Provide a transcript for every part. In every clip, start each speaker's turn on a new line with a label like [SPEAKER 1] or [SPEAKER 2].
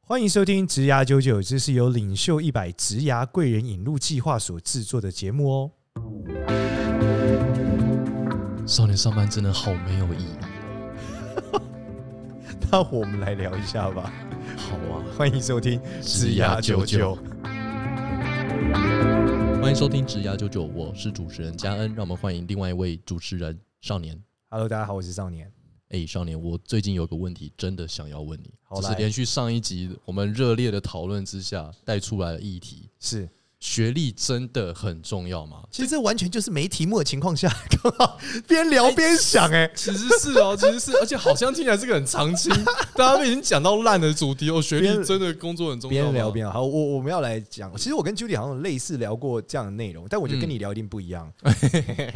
[SPEAKER 1] 欢迎收听《职涯九九》，这是由领袖一百职涯贵人引路计划所制作的节目哦。
[SPEAKER 2] 少年上班真的好没有意义，
[SPEAKER 1] 那我们来聊一下吧。
[SPEAKER 2] 好啊！
[SPEAKER 1] 欢迎收听《
[SPEAKER 2] 职涯九九》，欢迎收听《职涯九九》，我是主持人嘉恩，让我们欢迎另外一位主持人少年。
[SPEAKER 1] Hello，大家好，我是少年。
[SPEAKER 2] 哎、少年，我最近有个问题，真的想要问你，
[SPEAKER 1] 好
[SPEAKER 2] 这是
[SPEAKER 1] 来
[SPEAKER 2] 连续上一集我们热烈的讨论之下带出来的议题：
[SPEAKER 1] 是，
[SPEAKER 2] 学历真的很重要吗？
[SPEAKER 1] 其实这完全就是没题目的情况下，刚好边聊边想、哎，
[SPEAKER 2] 其实是哦， 其实是，而且好像听起来是个很长 青，大家已经讲到烂的主题哦。学
[SPEAKER 1] 边
[SPEAKER 2] 历真的工作很重要吗，
[SPEAKER 1] 边聊边好。我我们要来讲，其实我跟 Judy 好像有类似聊过这样的内容，但我觉得跟你聊一定不一 样。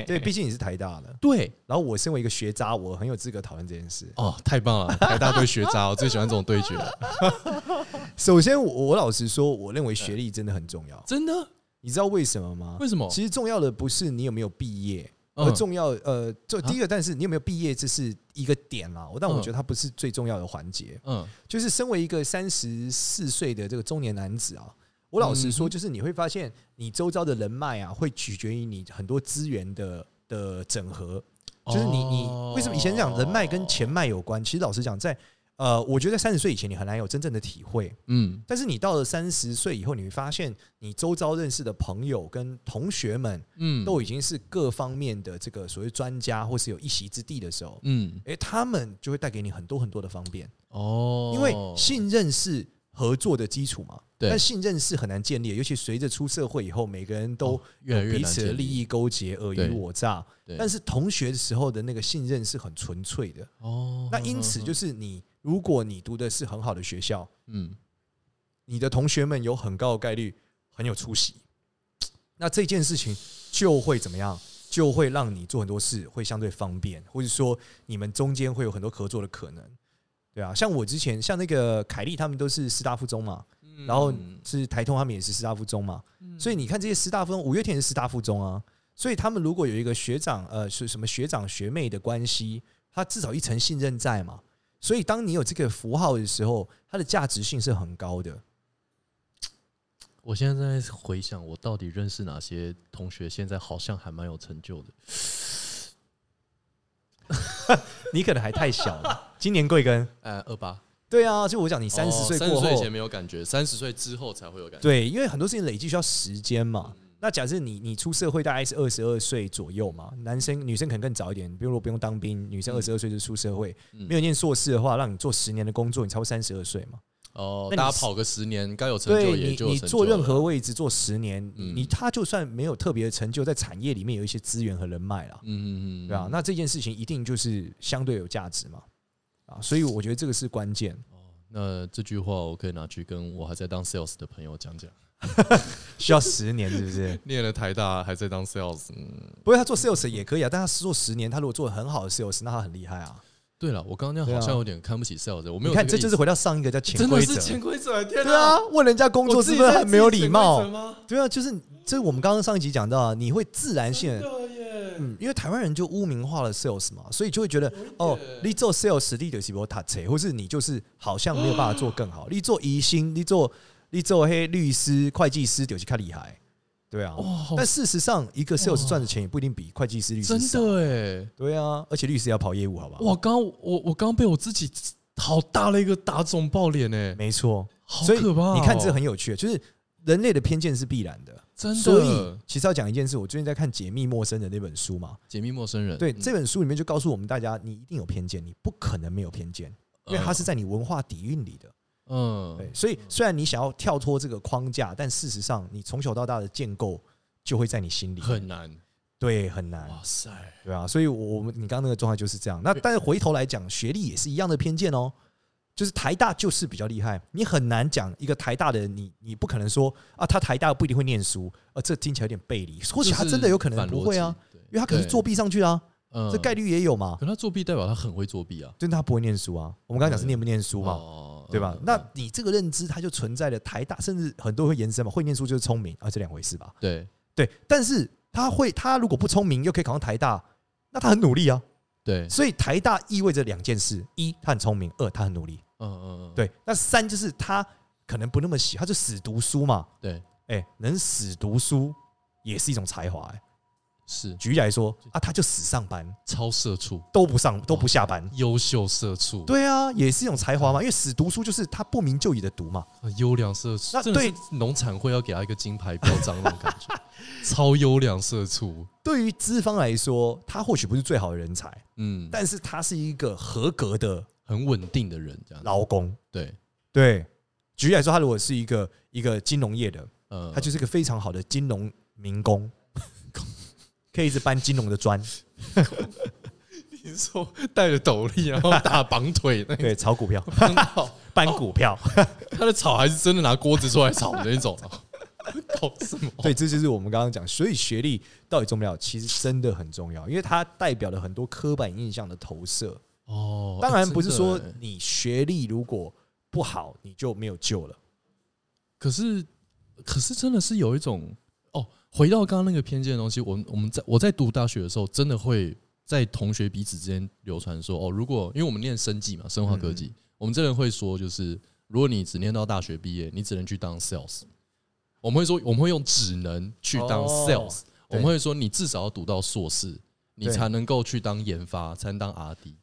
[SPEAKER 1] 对，毕竟你是台大的，
[SPEAKER 2] 对
[SPEAKER 1] 然后我身为一个学渣，我很有资格讨论这件事。
[SPEAKER 2] 哦，太棒了，台大对学渣，我最喜欢这种对决了。
[SPEAKER 1] 首先，我我老实说，我认为学历真的很重要。
[SPEAKER 2] 真的？
[SPEAKER 1] 你知道为什么吗？
[SPEAKER 2] 为什么？
[SPEAKER 1] 其实重要的不是你有没有毕业，
[SPEAKER 2] 嗯
[SPEAKER 1] 而重要呃，就
[SPEAKER 2] 啊
[SPEAKER 1] 第一个，但是你有没有毕业，这是一个点啦。我但我
[SPEAKER 2] 嗯
[SPEAKER 1] 觉得它不是最重要的环节。
[SPEAKER 2] 嗯，
[SPEAKER 1] 就是身为一个三十四岁的这个中年男子啊，我老实说，
[SPEAKER 2] 嗯哼
[SPEAKER 1] 就是你会发现，你周遭的人脉啊，会取决于你很多资源的的整合。就是你你
[SPEAKER 2] 哦
[SPEAKER 1] 为什么以前讲人脉跟钱？脉有关？其实老实讲，在呃，我觉得三十岁以前你很难有真正的体会。
[SPEAKER 2] 嗯
[SPEAKER 1] 但是你到了三十岁以后，你会发现你周遭认识的朋友跟同学们
[SPEAKER 2] 嗯
[SPEAKER 1] 都已经是各方面的这个所谓专家，或是有一席之地的时候，
[SPEAKER 2] 嗯
[SPEAKER 1] 诶，他们就会带给你很多很多的方便，
[SPEAKER 2] 哦，
[SPEAKER 1] 因为信任是合作的基础嘛。
[SPEAKER 2] 对
[SPEAKER 1] 但信任是很难建立的，尤其随着出社会以后，每个人都
[SPEAKER 2] 哦越来越
[SPEAKER 1] 彼
[SPEAKER 2] 难
[SPEAKER 1] 此的
[SPEAKER 2] 建立
[SPEAKER 1] 利益勾结，尔虞
[SPEAKER 2] 对
[SPEAKER 1] 我诈。
[SPEAKER 2] 对
[SPEAKER 1] 但是同学的时候的那个信任是很纯粹的。
[SPEAKER 2] 哦，
[SPEAKER 1] 那因此，就是是你如果你读的是很好的学校，
[SPEAKER 2] 嗯
[SPEAKER 1] 你的同学们有很高的概率很有出息，那这件事情就会怎么样？就会让你做很多事会相对方便，或者说你们中间会有很多合作的可能，对啊。像我之前像那个凯莉他们都是师大附中嘛，
[SPEAKER 2] 嗯
[SPEAKER 1] 然后是台通他们也是师大附中嘛，所以你看这些师大附中，五月天也是师大附中啊，所以他们如果有一个学长呃是什么学长学妹的关系，他至少一层信任在嘛，所以当你有这个符号的时候，它的价值性是很高的。
[SPEAKER 2] 我现在在回想，我到底认识哪些同学，现在好像还蛮有成就的。
[SPEAKER 1] 你可能还太小了， 今年贵庚？
[SPEAKER 2] 呃，二八，
[SPEAKER 1] 对啊，就我讲，你三十岁
[SPEAKER 2] 哦三十
[SPEAKER 1] 过
[SPEAKER 2] 岁以
[SPEAKER 1] 后，
[SPEAKER 2] 前没有感觉，三十岁之后才会有感觉。
[SPEAKER 1] 对，因为很多事情累积需要时间嘛。
[SPEAKER 2] 嗯
[SPEAKER 1] 那假设你你出社会大概是二十二岁左右嘛，男生女生可能更早一点，比如说不用当兵，女生
[SPEAKER 2] 嗯
[SPEAKER 1] 二十二岁就出社会，
[SPEAKER 2] 嗯
[SPEAKER 1] 没有念硕士的话，让你做十年的工作，你超过三十二岁嘛。
[SPEAKER 2] 哦，
[SPEAKER 1] 那你
[SPEAKER 2] 大家跑个十年，该有成
[SPEAKER 1] 对
[SPEAKER 2] 就
[SPEAKER 1] 你
[SPEAKER 2] 也就有
[SPEAKER 1] 你
[SPEAKER 2] 成
[SPEAKER 1] 做
[SPEAKER 2] 就
[SPEAKER 1] 任
[SPEAKER 2] 了
[SPEAKER 1] 何位置做十年，
[SPEAKER 2] 嗯
[SPEAKER 1] 你他就算没有特别的成就，在产业里面有一些资源和人脉啦，
[SPEAKER 2] 嗯嗯嗯，
[SPEAKER 1] 对啊吧、那这件事情一定就是相对有价值嘛，啊，所以我觉得这个是关键。
[SPEAKER 2] 哦那这句话我可以拿去跟我还在当 sales 的朋友讲讲。
[SPEAKER 1] 需要十年是不是？
[SPEAKER 2] 念了台大还在当 sales，嗯，
[SPEAKER 1] 不过他做 sales 也可以啊，但他做十年，他如果做得很好的 sales，那他很厉害啊。
[SPEAKER 2] 对了，我刚刚那
[SPEAKER 1] 对啊
[SPEAKER 2] 样好像有点看不起 sales，我没有
[SPEAKER 1] 你看，
[SPEAKER 2] 个
[SPEAKER 1] 这就
[SPEAKER 2] 意
[SPEAKER 1] 是
[SPEAKER 2] 思
[SPEAKER 1] 回到上一个叫潜
[SPEAKER 2] 真的
[SPEAKER 1] 规
[SPEAKER 2] 是
[SPEAKER 1] 则
[SPEAKER 2] 潜，规则，天
[SPEAKER 1] 对啊，问人家工
[SPEAKER 2] 我
[SPEAKER 1] 作
[SPEAKER 2] 自
[SPEAKER 1] 是
[SPEAKER 2] 己
[SPEAKER 1] 不是
[SPEAKER 2] 在
[SPEAKER 1] 很没有
[SPEAKER 2] 自己
[SPEAKER 1] 礼
[SPEAKER 2] 潜规
[SPEAKER 1] 貌？
[SPEAKER 2] 则吗？
[SPEAKER 1] 对啊，就是这是我们刚刚上一集讲到啊，你会自然性地，
[SPEAKER 2] 对啊耶，
[SPEAKER 1] 嗯，因为台湾人就污名化了 sales 嘛，所以就会觉得哦，你做 sales 你就是不塔车，或是你就是好像没有办法做更好，你做疑心，你做你做黑律师、会计师就是看厉害，对啊。
[SPEAKER 2] 哇，
[SPEAKER 1] 但事实上，一个 sales
[SPEAKER 2] 哦哇
[SPEAKER 1] 赚的钱也不一定比会计师、律师
[SPEAKER 2] 真
[SPEAKER 1] 少。
[SPEAKER 2] 的哎，
[SPEAKER 1] 对啊，而且律师要跑业务，好吧？
[SPEAKER 2] 哇，刚刚我我刚被我自己好大的一个打肿爆脸哎，
[SPEAKER 1] 没错，
[SPEAKER 2] 好
[SPEAKER 1] 所以
[SPEAKER 2] 可怕哦！
[SPEAKER 1] 你看这很有趣，就是人类的偏见是必然的。
[SPEAKER 2] 真的，
[SPEAKER 1] 所以其实要讲一件事，我最近在看《解密陌生人》那本书嘛，
[SPEAKER 2] 解密陌生人，
[SPEAKER 1] 对、
[SPEAKER 2] 嗯
[SPEAKER 1] 这本书里面就告诉我们大家，你一定有偏见，你不可能没有偏见，因为它是在你文化底蕴里的。
[SPEAKER 2] 嗯
[SPEAKER 1] 对，所以虽然你想要跳脱这个框架，但事实上你从小到大的建构就会在你心里，
[SPEAKER 2] 很难，
[SPEAKER 1] 对很难，
[SPEAKER 2] 哇塞，
[SPEAKER 1] 对啊，所以我我们你刚刚那个状态就是这样。那但是回头来讲，学历也是一样的偏见哦，就是台大就是比较厉害，你很难讲一个台大的人你你不可能说啊，他台大不一定会念书，啊，这听起来有点背离，或许他真的有可能不会啊，
[SPEAKER 2] 就是反逻辑，嗯
[SPEAKER 1] 因为他可能是作弊上去啊，
[SPEAKER 2] 对，
[SPEAKER 1] 这概
[SPEAKER 2] 率，
[SPEAKER 1] 率也有嘛，
[SPEAKER 2] 可他作弊代表他很会作弊啊，
[SPEAKER 1] 但他不会念书啊。我们刚刚讲是念不念书嘛，
[SPEAKER 2] 哦
[SPEAKER 1] 对吧
[SPEAKER 2] 嗯？
[SPEAKER 1] 那你这个认知它就存在了台大，甚至很多会延伸嘛，会念书就是聪明啊，这两回事吧？
[SPEAKER 2] 对
[SPEAKER 1] 对，但是他会他如果不聪明又可以考上台大，那他很努力啊。
[SPEAKER 2] 对，
[SPEAKER 1] 所以台大意味着两件事：一，他很聪明；二，他很努力。
[SPEAKER 2] 嗯嗯嗯，
[SPEAKER 1] 对，那三就是他可能不那么喜，他就死读书嘛。
[SPEAKER 2] 对，
[SPEAKER 1] 哎、能死读书也是一种才华、哎，
[SPEAKER 2] 是
[SPEAKER 1] 举例来说啊，他就死上班，
[SPEAKER 2] 超社畜，
[SPEAKER 1] 都不
[SPEAKER 2] 哦
[SPEAKER 1] 上都不下班。
[SPEAKER 2] 优秀社畜，
[SPEAKER 1] 对啊，也是一种才华嘛，因为死读书就是他不明就里的读嘛。
[SPEAKER 2] 啊，优良社畜，
[SPEAKER 1] 那
[SPEAKER 2] 真的是农产会要给他一个金牌标章那种感 觉，超优良社畜，
[SPEAKER 1] 对于资方来说，他或许不是最好的人才，
[SPEAKER 2] 嗯，
[SPEAKER 1] 但是他是一个合格的
[SPEAKER 2] 很稳定的人这样，
[SPEAKER 1] 劳工。
[SPEAKER 2] 对，
[SPEAKER 1] 对，举例来说，他如果是一个一个金融业的，
[SPEAKER 2] 呃，
[SPEAKER 1] 他就是一个非常好的金融民工，可以一直搬金融的砖，
[SPEAKER 2] 你说戴着斗笠，然后打绑腿，那
[SPEAKER 1] 对，炒股票、
[SPEAKER 2] 个 好，
[SPEAKER 1] 搬股票，
[SPEAKER 2] 他的炒还是真的拿锅子出来炒的那种啊，搞什么？
[SPEAKER 1] 对，这就是我们刚刚讲，所以学历到底重不重要，其实真的很重要，因为它代表了很多刻板印象的投射。
[SPEAKER 2] 哦，
[SPEAKER 1] 当然
[SPEAKER 2] 欸
[SPEAKER 1] 不是说
[SPEAKER 2] 真的欸
[SPEAKER 1] 你学历如果不好，你就没有救了。
[SPEAKER 2] 可是，可是真的是有一种哦，回到刚刚那个偏见的东西，我们我们在我在读大学的时候，真的会在同学彼此之间流传说哦，如果因为我们念生技嘛，生化科
[SPEAKER 1] 嗯
[SPEAKER 2] 技，我们真的会说，就是如果你只念到大学毕业，你只能去当 sales。我们会说，我们会用只能去当
[SPEAKER 1] 哦
[SPEAKER 2] sales，、我
[SPEAKER 1] 对
[SPEAKER 2] 们会说你至少要读到硕士，你
[SPEAKER 1] 对
[SPEAKER 2] 才能够去当研发，才能当 R D。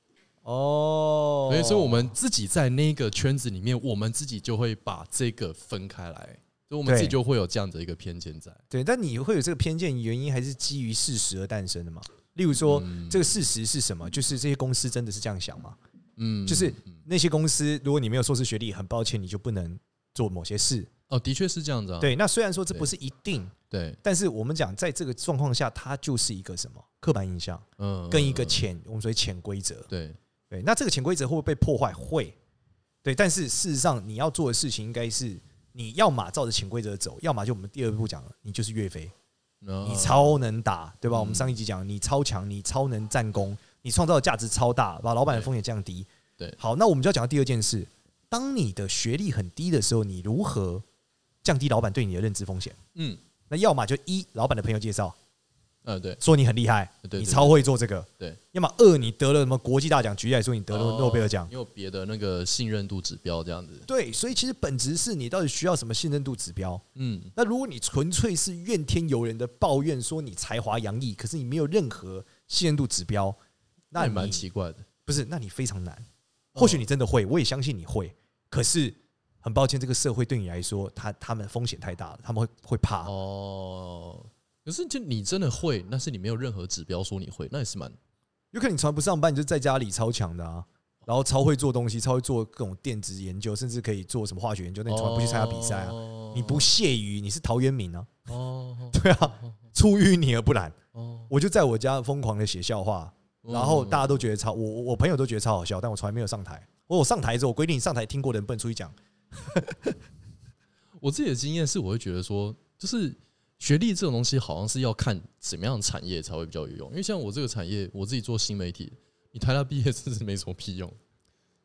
[SPEAKER 1] 哦
[SPEAKER 2] 所以，所以我们自己在那个圈子里面，我们自己就会把这个分开来，所以我们
[SPEAKER 1] 对
[SPEAKER 2] 自己就会有这样的一个偏见在。
[SPEAKER 1] 对，但你会有这个偏见，原因还是基于事实而诞生的嘛？例如说，这个事实是什么？就是这些公司真的是这样想吗？
[SPEAKER 2] 嗯
[SPEAKER 1] 就是那些公司，如果你没有硕士学历，很抱歉，你就不能做某些事。
[SPEAKER 2] 哦，的确是这样子啊。
[SPEAKER 1] 对，那虽然说这不是一定，
[SPEAKER 2] 对，
[SPEAKER 1] 但是我们讲，在这个状况下，它就是一个什么刻板印象，
[SPEAKER 2] 嗯，
[SPEAKER 1] 跟一个
[SPEAKER 2] 嗯
[SPEAKER 1] 潜我们所谓潜规则
[SPEAKER 2] 嗯。对
[SPEAKER 1] 对，那这个潜规则会不会被破坏？会。对，但是事实上，你要做的事情应该是，你要么照着潜规则走，要么就我们第二步讲了，你就是岳飞。你
[SPEAKER 2] 你
[SPEAKER 1] 超能打，对吧？
[SPEAKER 2] 嗯
[SPEAKER 1] 我们上一集讲，你超强，你超能战功，你创造的价值超大，把老板的风险降低。
[SPEAKER 2] 对
[SPEAKER 1] 好，那我们就要讲到第二件事：当你的学历很低的时候，你如何降低老板对你的认知风险？
[SPEAKER 2] 嗯
[SPEAKER 1] 那要么就一，老板的朋友介绍
[SPEAKER 2] 呃对
[SPEAKER 1] 说你很厉害，
[SPEAKER 2] 对对
[SPEAKER 1] 你超会做这个；
[SPEAKER 2] 对，
[SPEAKER 1] 要么二，你得了什么国际大奖，举例来说，你得了
[SPEAKER 2] 哦
[SPEAKER 1] 诺贝尔奖。
[SPEAKER 2] 你有别的那个信任度指标这样子。
[SPEAKER 1] 对，所以其实本质是你到底需要什么信任度指标？
[SPEAKER 2] 嗯，
[SPEAKER 1] 那如果你纯粹是怨天尤人的抱怨说你才华洋溢，可是你没有任何信任度指标，那
[SPEAKER 2] 也
[SPEAKER 1] 你
[SPEAKER 2] 蛮奇怪嗯的。
[SPEAKER 1] 不是？那你非常难。或许你真的会，我也相信你会。可是很抱歉，这个社会对你来说，他他们风险太大了，他们会会怕。
[SPEAKER 2] 哦，可是就你真的会，但是你没有任何指标说你会，那也是蛮
[SPEAKER 1] 有可能你从来不上班，你就在家里超强的啊，然后超会做东西，超会做各种电子研究，甚至可以做什么化学研究。那你从来不去参加比赛啊？
[SPEAKER 2] 哦
[SPEAKER 1] 你不屑于你是陶渊明啊？
[SPEAKER 2] 哦
[SPEAKER 1] 对啊，出淤泥而不染。
[SPEAKER 2] 哦，
[SPEAKER 1] 我就在我家疯狂的写笑话，
[SPEAKER 2] 嗯
[SPEAKER 1] 然后大家都觉得超，我我我朋友都觉得超好笑，但我从来没有上台。我有上台之后，我规定上台听过的人不能出去讲。
[SPEAKER 2] 我自己的经验是，我会觉得说，就是学历这种东西，好像是要看怎么样的产业才会比较有用。因为像我这个产业，我自己做新媒体，你台大毕业真是没什么屁用。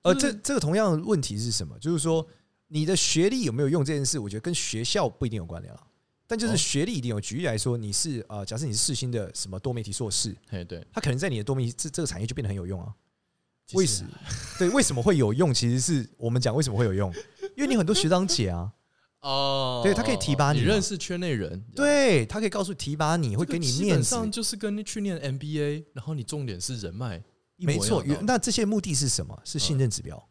[SPEAKER 1] 呃，
[SPEAKER 2] 就
[SPEAKER 1] 这
[SPEAKER 2] 是
[SPEAKER 1] 这个同样的问题是什么？就是说你的学历有没有用这件事，我觉得跟学校不一定有关联了。啊但就
[SPEAKER 2] 哦
[SPEAKER 1] 是学历一定有。举例来说，你是呃，假设你是世新的什么多媒体硕士，
[SPEAKER 2] 嘿，对，
[SPEAKER 1] 他可能在你的多媒体这这个产业就变得很有用啊。
[SPEAKER 2] 其实
[SPEAKER 1] 为什对，为什么会有用？其实是我们讲为什么会有用，因为你很多学长姐 啊，
[SPEAKER 2] 哦，
[SPEAKER 1] 对他可以提拔你
[SPEAKER 2] 你
[SPEAKER 1] 嘛
[SPEAKER 2] 认识圈内人，
[SPEAKER 1] 对他可以告诉提拔你，
[SPEAKER 2] 啊这
[SPEAKER 1] 会
[SPEAKER 2] 个
[SPEAKER 1] 给你
[SPEAKER 2] 基
[SPEAKER 1] 面
[SPEAKER 2] 本
[SPEAKER 1] 子，
[SPEAKER 2] 上就是跟去念 MBA，然后你重点是人脉，一模一
[SPEAKER 1] 没
[SPEAKER 2] 样的
[SPEAKER 1] 错。
[SPEAKER 2] 道理
[SPEAKER 1] 原那这些目的是什么？是信任指标。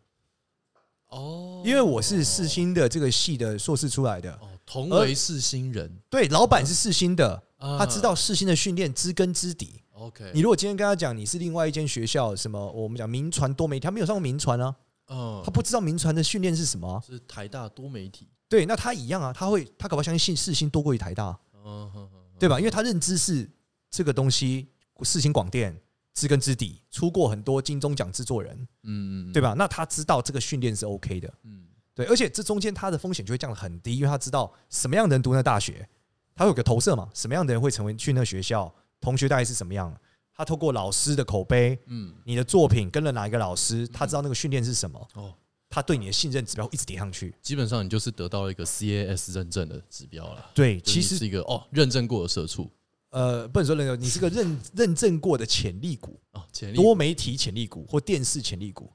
[SPEAKER 2] 哦，
[SPEAKER 1] 因为我是世新的这个系的硕士出来的，
[SPEAKER 2] 哦，同为是新人，
[SPEAKER 1] 对，老板是世新的，
[SPEAKER 2] 啊
[SPEAKER 1] 他知道世新的训练知根知底。
[SPEAKER 2] OK，
[SPEAKER 1] 你如果今天跟他讲你是另外一间学校，什么我们讲民传多媒体，他没有上过民传啊，
[SPEAKER 2] 嗯
[SPEAKER 1] 他，不知道民传的训练是什么啊、
[SPEAKER 2] 是台大多媒体，
[SPEAKER 1] 对，那他一样啊，他会他搞不好相信世新多过于台大，啊
[SPEAKER 2] 嗯哼哼哼
[SPEAKER 1] 对吧？因为他认知是这个东西，世新广电知根知底，出过很多金钟奖制作人，
[SPEAKER 2] 嗯，嗯
[SPEAKER 1] 对？吧？那他知道这个训练是 OK 的，
[SPEAKER 2] 嗯，
[SPEAKER 1] 对，而且这中间他的风险就会降得很低，因为他知道什么样的人读那大学，他会有个投射嘛，什么样的人会成为去那学校，同学大概是什么样。他透过老师的口碑，
[SPEAKER 2] 嗯，
[SPEAKER 1] 你的作品跟了哪一个老师，他知道那个训练是什么，
[SPEAKER 2] 哦，
[SPEAKER 1] 他对你的信任指标会一直叠上去。
[SPEAKER 2] 基本上你就是得到了一个 CAS 认证的指标了。
[SPEAKER 1] 对，
[SPEAKER 2] 就是
[SPEAKER 1] 其
[SPEAKER 2] 你
[SPEAKER 1] 实
[SPEAKER 2] 是一个哦认证过的社畜
[SPEAKER 1] 呃，不能说认证，你是个认认证过的潜力股，
[SPEAKER 2] 哦，潜力
[SPEAKER 1] 多媒体潜力股或电视潜力股。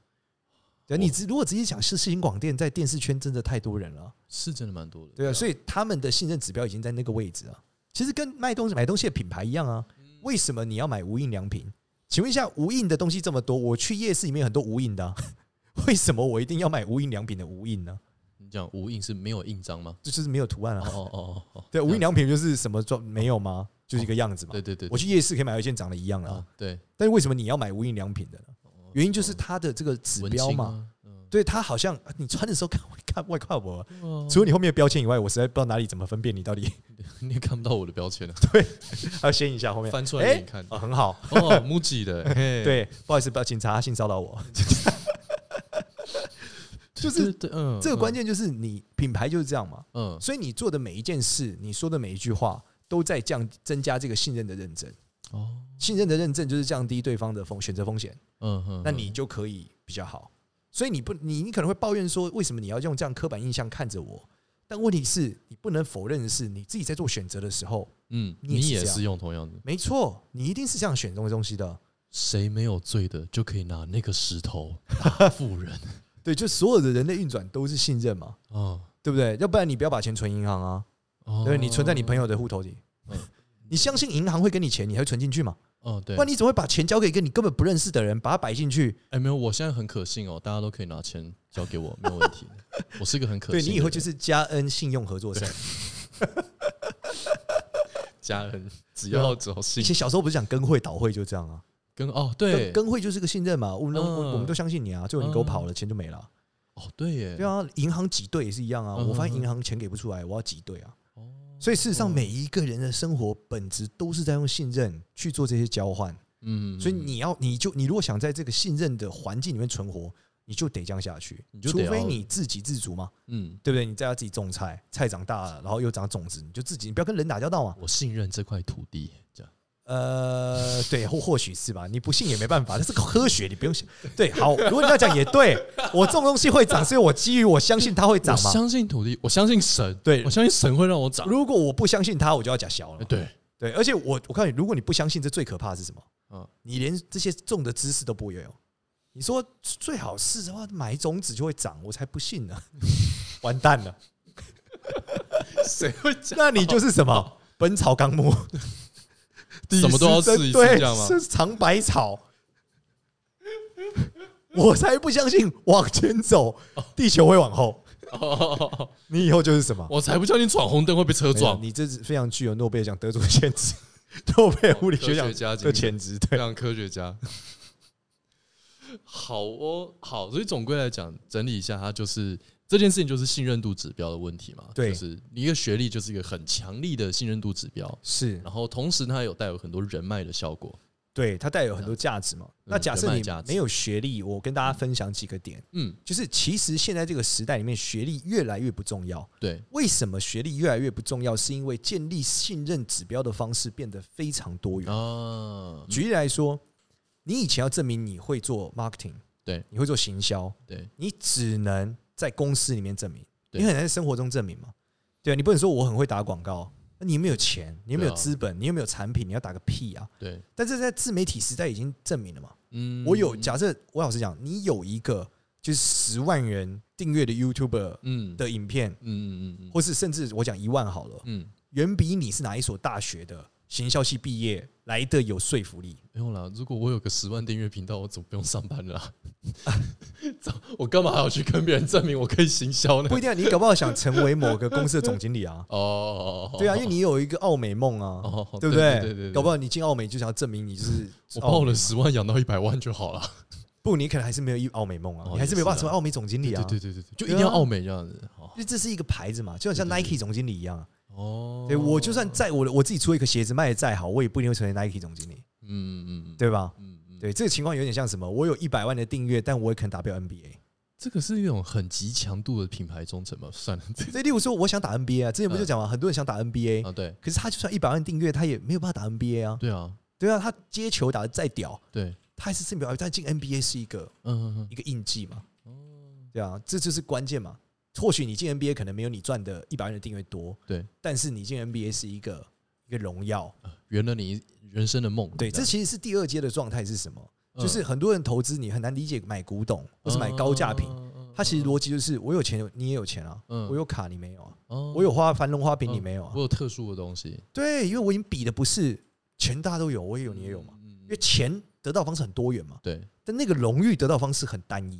[SPEAKER 1] 对，
[SPEAKER 2] 哦
[SPEAKER 1] 你只如果直接讲是世新广电，在电视圈真的太多人了，
[SPEAKER 2] 是真的蛮多的。
[SPEAKER 1] 对啊，所以他们的信任指标已经在那个位置啊。其实跟卖东西买东西的品牌一样啊，
[SPEAKER 2] 嗯
[SPEAKER 1] 为什么你要买无印良品？请问一下，无印的东西这么多，我去夜市里面很多无印的、啊， 为什么我一定要买无印良品的无印呢？
[SPEAKER 2] 你讲无印是没有印章 吗？
[SPEAKER 1] 这就是没有图案
[SPEAKER 2] 哦
[SPEAKER 1] 啊。
[SPEAKER 2] 哦哦哦，
[SPEAKER 1] 对，
[SPEAKER 2] 这样
[SPEAKER 1] 无印良品就是什么装没有吗？就是一个样子 嘛
[SPEAKER 2] 对。对对，
[SPEAKER 1] 我去夜市可以买到一件长得一样啊
[SPEAKER 2] 啊，，对，
[SPEAKER 1] 但是为什么你要买无印良品的呢？原因就是它的这个指
[SPEAKER 2] 哦文
[SPEAKER 1] 标
[SPEAKER 2] 青
[SPEAKER 1] 嘛，
[SPEAKER 2] 啊，嗯，
[SPEAKER 1] 对它好像啊你穿的时候看 看外跨我，
[SPEAKER 2] 对啊
[SPEAKER 1] 除了你后面的标签以外，我实在不知道哪里怎么分辨你到底，
[SPEAKER 2] 你也看不到我的标签了，
[SPEAKER 1] 还要掀一下后面
[SPEAKER 2] 翻出来给你
[SPEAKER 1] 哎
[SPEAKER 2] 看。
[SPEAKER 1] 哦，很好，
[SPEAKER 2] 哦，MUJI 的，嘿，
[SPEAKER 1] 对，不好意思，不要警察性骚扰我，
[SPEAKER 2] 嗯
[SPEAKER 1] 就是
[SPEAKER 2] 对，对嗯，
[SPEAKER 1] 这个关
[SPEAKER 2] 键，
[SPEAKER 1] 键就是你品牌就是这样嘛，
[SPEAKER 2] 嗯，
[SPEAKER 1] 所以你做的每一件事，你说的每一句话，都在降增加这个信任的认证，
[SPEAKER 2] 哦，
[SPEAKER 1] 信任的认证就是降低对方的风选择风险，
[SPEAKER 2] 嗯嗯，
[SPEAKER 1] 那你就可以比较好。所以你不，你你可能会抱怨说，为什么你要用这样刻板印象看着我？但问题是你不能否认的是，你自己在做选择的时候，
[SPEAKER 2] 嗯，
[SPEAKER 1] 你也
[SPEAKER 2] 你
[SPEAKER 1] 是
[SPEAKER 2] 也
[SPEAKER 1] 这样
[SPEAKER 2] 是用同样的，
[SPEAKER 1] 没错，你一定是这样选中的东西的。
[SPEAKER 2] 谁没有罪的就可以拿那个石 头打富人
[SPEAKER 1] 对，就所有的人类运转都是信任嘛，
[SPEAKER 2] 啊，
[SPEAKER 1] 对不对？要不然你不要把钱存银行啊，
[SPEAKER 2] 哦
[SPEAKER 1] 对，你存在你朋友的户头里
[SPEAKER 2] 嗯。
[SPEAKER 1] 你相信银行会给你钱，你还会存进去嘛？
[SPEAKER 2] 哦，对
[SPEAKER 1] 不，然你怎么会把钱交给一个你根本不认识的人，把它摆进去？
[SPEAKER 2] 哎，没有，我现在很可信哦，大家都可以拿钱交给我，没有 问题的，我是一个很可信
[SPEAKER 1] 对
[SPEAKER 2] 的人，
[SPEAKER 1] 你以后就是嘉恩信用合作社。
[SPEAKER 2] 家人，只
[SPEAKER 1] 对啊
[SPEAKER 2] 要只要
[SPEAKER 1] 以
[SPEAKER 2] 信
[SPEAKER 1] 前小时候不是讲跟会倒会就这样啊？
[SPEAKER 2] 跟哦，
[SPEAKER 1] 跟
[SPEAKER 2] 对，
[SPEAKER 1] 跟会就是个信任嘛，我们都、
[SPEAKER 2] 嗯
[SPEAKER 1] 我们都相信你啊，最后你给我跑了，钱就没了啊。
[SPEAKER 2] 哦，对耶，
[SPEAKER 1] 对啊，银行挤兑也是一样啊，
[SPEAKER 2] 嗯
[SPEAKER 1] 我发现
[SPEAKER 2] 嗯嗯
[SPEAKER 1] 银行钱给不出来，我要挤兑啊。
[SPEAKER 2] 哦，
[SPEAKER 1] 所以事实上，
[SPEAKER 2] 哦
[SPEAKER 1] 每一个人的生活本质都是在用信任去做这些交换。
[SPEAKER 2] 嗯，
[SPEAKER 1] 所以你要，你就你如果想在这个信任的环境里面存活，你就得这样下去
[SPEAKER 2] 你，就
[SPEAKER 1] 除
[SPEAKER 2] 得
[SPEAKER 1] 非
[SPEAKER 2] 要
[SPEAKER 1] 你自给自足嘛，
[SPEAKER 2] 嗯，
[SPEAKER 1] 对不对？你在家自己种菜，菜长大了，然后又长种子，你就自己，你不要跟人打交道嘛。
[SPEAKER 2] 我信任这块土地，这样
[SPEAKER 1] 呃，对，或或许是吧，你不信也没办法，这是科学，你不用想。对，好，如果你要讲也对，我这种东西会长，所以我基于我相信它会
[SPEAKER 2] 我
[SPEAKER 1] 长嘛。
[SPEAKER 2] 相信土地，我相信神，
[SPEAKER 1] 对
[SPEAKER 2] 我相信神会让我长，
[SPEAKER 1] 如果我不相信它，我就要假小
[SPEAKER 2] 哎
[SPEAKER 1] 了。
[SPEAKER 2] 对，
[SPEAKER 1] 对，而且我我告诉你，如果你不相信，这最可怕的是什么？
[SPEAKER 2] 嗯，
[SPEAKER 1] 你连这些种的知识都不会有。你说最好是的话，买种子就会长，我才不信呢， 完蛋了。
[SPEAKER 2] 谁会讲？
[SPEAKER 1] 那你就是什么《本草纲目》，
[SPEAKER 2] 什么都要试一试
[SPEAKER 1] 对
[SPEAKER 2] 这样吗
[SPEAKER 1] 是尝百草。我才不相信往前走，地球会往后。
[SPEAKER 2] 哦哦 哦哦
[SPEAKER 1] 你以后就是什么？
[SPEAKER 2] 我才不相信闯红灯会被车
[SPEAKER 1] 没有
[SPEAKER 2] 撞，
[SPEAKER 1] 你这是非常具有诺贝尔奖得主的潜质， 诺贝尔物理学奖
[SPEAKER 2] 哦科学家精
[SPEAKER 1] 的
[SPEAKER 2] 神
[SPEAKER 1] 潜质。对，
[SPEAKER 2] 非常科学家。好哦，好，所以总归来讲，整理一下，它就是这件事情就是信任度指标的问题嘛。
[SPEAKER 1] 对
[SPEAKER 2] 就是你一个学历就是一个很强力的信任度指标，
[SPEAKER 1] 是
[SPEAKER 2] 然后同时它有带有很多人脉的效果。
[SPEAKER 1] 对，它带有很多价值嘛。那假设
[SPEAKER 2] 嗯人脉
[SPEAKER 1] 你
[SPEAKER 2] 价值
[SPEAKER 1] 没有学历，我跟大家分享几个点，
[SPEAKER 2] 嗯，
[SPEAKER 1] 就是其实现在这个时代里面，学历越来越不重要。
[SPEAKER 2] 对，
[SPEAKER 1] 为什么学历越来越不重要？是因为建立信任指标的方式变得非常多元。
[SPEAKER 2] 啊，
[SPEAKER 1] 举例来说，你以前要证明你会做 marketing，
[SPEAKER 2] 对，
[SPEAKER 1] 你会做行销，
[SPEAKER 2] 对，
[SPEAKER 1] 你只能在公司里面证明，
[SPEAKER 2] 对
[SPEAKER 1] 你很难在生活中证明嘛。对啊，你不能说我很会打广告，那你又没有钱，你又没有
[SPEAKER 2] 对啊
[SPEAKER 1] 资本，你又没有产品，你要打个屁啊！
[SPEAKER 2] 对，
[SPEAKER 1] 但是在自媒体时代已经证明了嘛。
[SPEAKER 2] 嗯，
[SPEAKER 1] 我有假设，我老实讲，你有一个就是十万人订阅的 YouTuber
[SPEAKER 2] 嗯，
[SPEAKER 1] 的影片，
[SPEAKER 2] 嗯嗯嗯嗯
[SPEAKER 1] 或是甚至我讲一万好了，
[SPEAKER 2] 嗯，
[SPEAKER 1] 远比你是哪一所大学的行销系毕业来的有说服力。
[SPEAKER 2] 没有啦。如果我有个十万订阅频道，我总不用上班了啊、 早我干嘛还要去跟别人证明我可以行销呢？，
[SPEAKER 1] 不一定啊，你搞不好想成为某个公司的总经理啊
[SPEAKER 2] 哦，
[SPEAKER 1] 对啊，因为你有一个奥美梦啊，
[SPEAKER 2] 哦，
[SPEAKER 1] 对不
[SPEAKER 2] 对？对
[SPEAKER 1] 搞不
[SPEAKER 2] 好
[SPEAKER 1] 好哦你进奥美就想要证明你就是
[SPEAKER 2] 我把
[SPEAKER 1] 奥
[SPEAKER 2] 我
[SPEAKER 1] 美
[SPEAKER 2] 的十万养到一百万就好了。
[SPEAKER 1] 不，你可能还是没有一奥美梦啊
[SPEAKER 2] 哦，
[SPEAKER 1] 你还是没有办
[SPEAKER 2] 也
[SPEAKER 1] 法
[SPEAKER 2] 是
[SPEAKER 1] 成
[SPEAKER 2] 啊
[SPEAKER 1] 为奥美总经理
[SPEAKER 2] 对
[SPEAKER 1] 啊，
[SPEAKER 2] 对对对对，就一
[SPEAKER 1] 对啊
[SPEAKER 2] 定要奥美这样子。好
[SPEAKER 1] 因为这是一个牌子嘛，就很像
[SPEAKER 2] 对对对
[SPEAKER 1] Nike 总经理一样啊。
[SPEAKER 2] 哦，
[SPEAKER 1] 对我就算再我的我自己出一个鞋子卖的再好，我也不一定会成为 Nike 总经理，
[SPEAKER 2] 嗯嗯嗯，
[SPEAKER 1] 对吧？
[SPEAKER 2] 嗯嗯，
[SPEAKER 1] 对，这个情况有点像什么？我有一百万的订阅，但我也可能打不了 NBA。
[SPEAKER 2] 这个是一种很极强度的品牌忠诚嘛？算了，这
[SPEAKER 1] 所以，例如说，我想打 NBA 啊，之前不就讲嘛，很多人想打 NBA，
[SPEAKER 2] 啊对
[SPEAKER 1] 可是他就算一百万订阅，他也没有办法打 NBA 啊。
[SPEAKER 2] 对啊
[SPEAKER 1] 对啊，他接球打的再屌，
[SPEAKER 2] 对，
[SPEAKER 1] 他还是进不了。但进 NBA 是一个
[SPEAKER 2] 嗯嗯
[SPEAKER 1] 一个印记嘛，对啊，这就是关键嘛。或许你进 NBA 可能没有你赚的一百万的订阅多，
[SPEAKER 2] 对，
[SPEAKER 1] 但是你进 NBA 是一个一个荣耀。
[SPEAKER 2] 呃嗯，圆了你人生的梦。
[SPEAKER 1] 对，这
[SPEAKER 2] 样
[SPEAKER 1] 其实是第二阶的状态是什么？
[SPEAKER 2] 嗯
[SPEAKER 1] 就是很多人投资，你很难理解买古董或是买高价品，
[SPEAKER 2] 嗯
[SPEAKER 1] 它其实逻辑就是我有钱，你也有钱啊，
[SPEAKER 2] 嗯
[SPEAKER 1] 我有卡你没有啊，
[SPEAKER 2] 我
[SPEAKER 1] 我有花樊龙花饼你
[SPEAKER 2] 嗯
[SPEAKER 1] 没有啊
[SPEAKER 2] 我，有特殊的东西，
[SPEAKER 1] 对，因为我已经比的不是钱大家都有，我也有你也有嘛，
[SPEAKER 2] 嗯？嗯
[SPEAKER 1] 因
[SPEAKER 2] 嗯
[SPEAKER 1] 为钱得到方式很多元嘛，
[SPEAKER 2] 对，
[SPEAKER 1] 但那个荣誉得到方式很单一，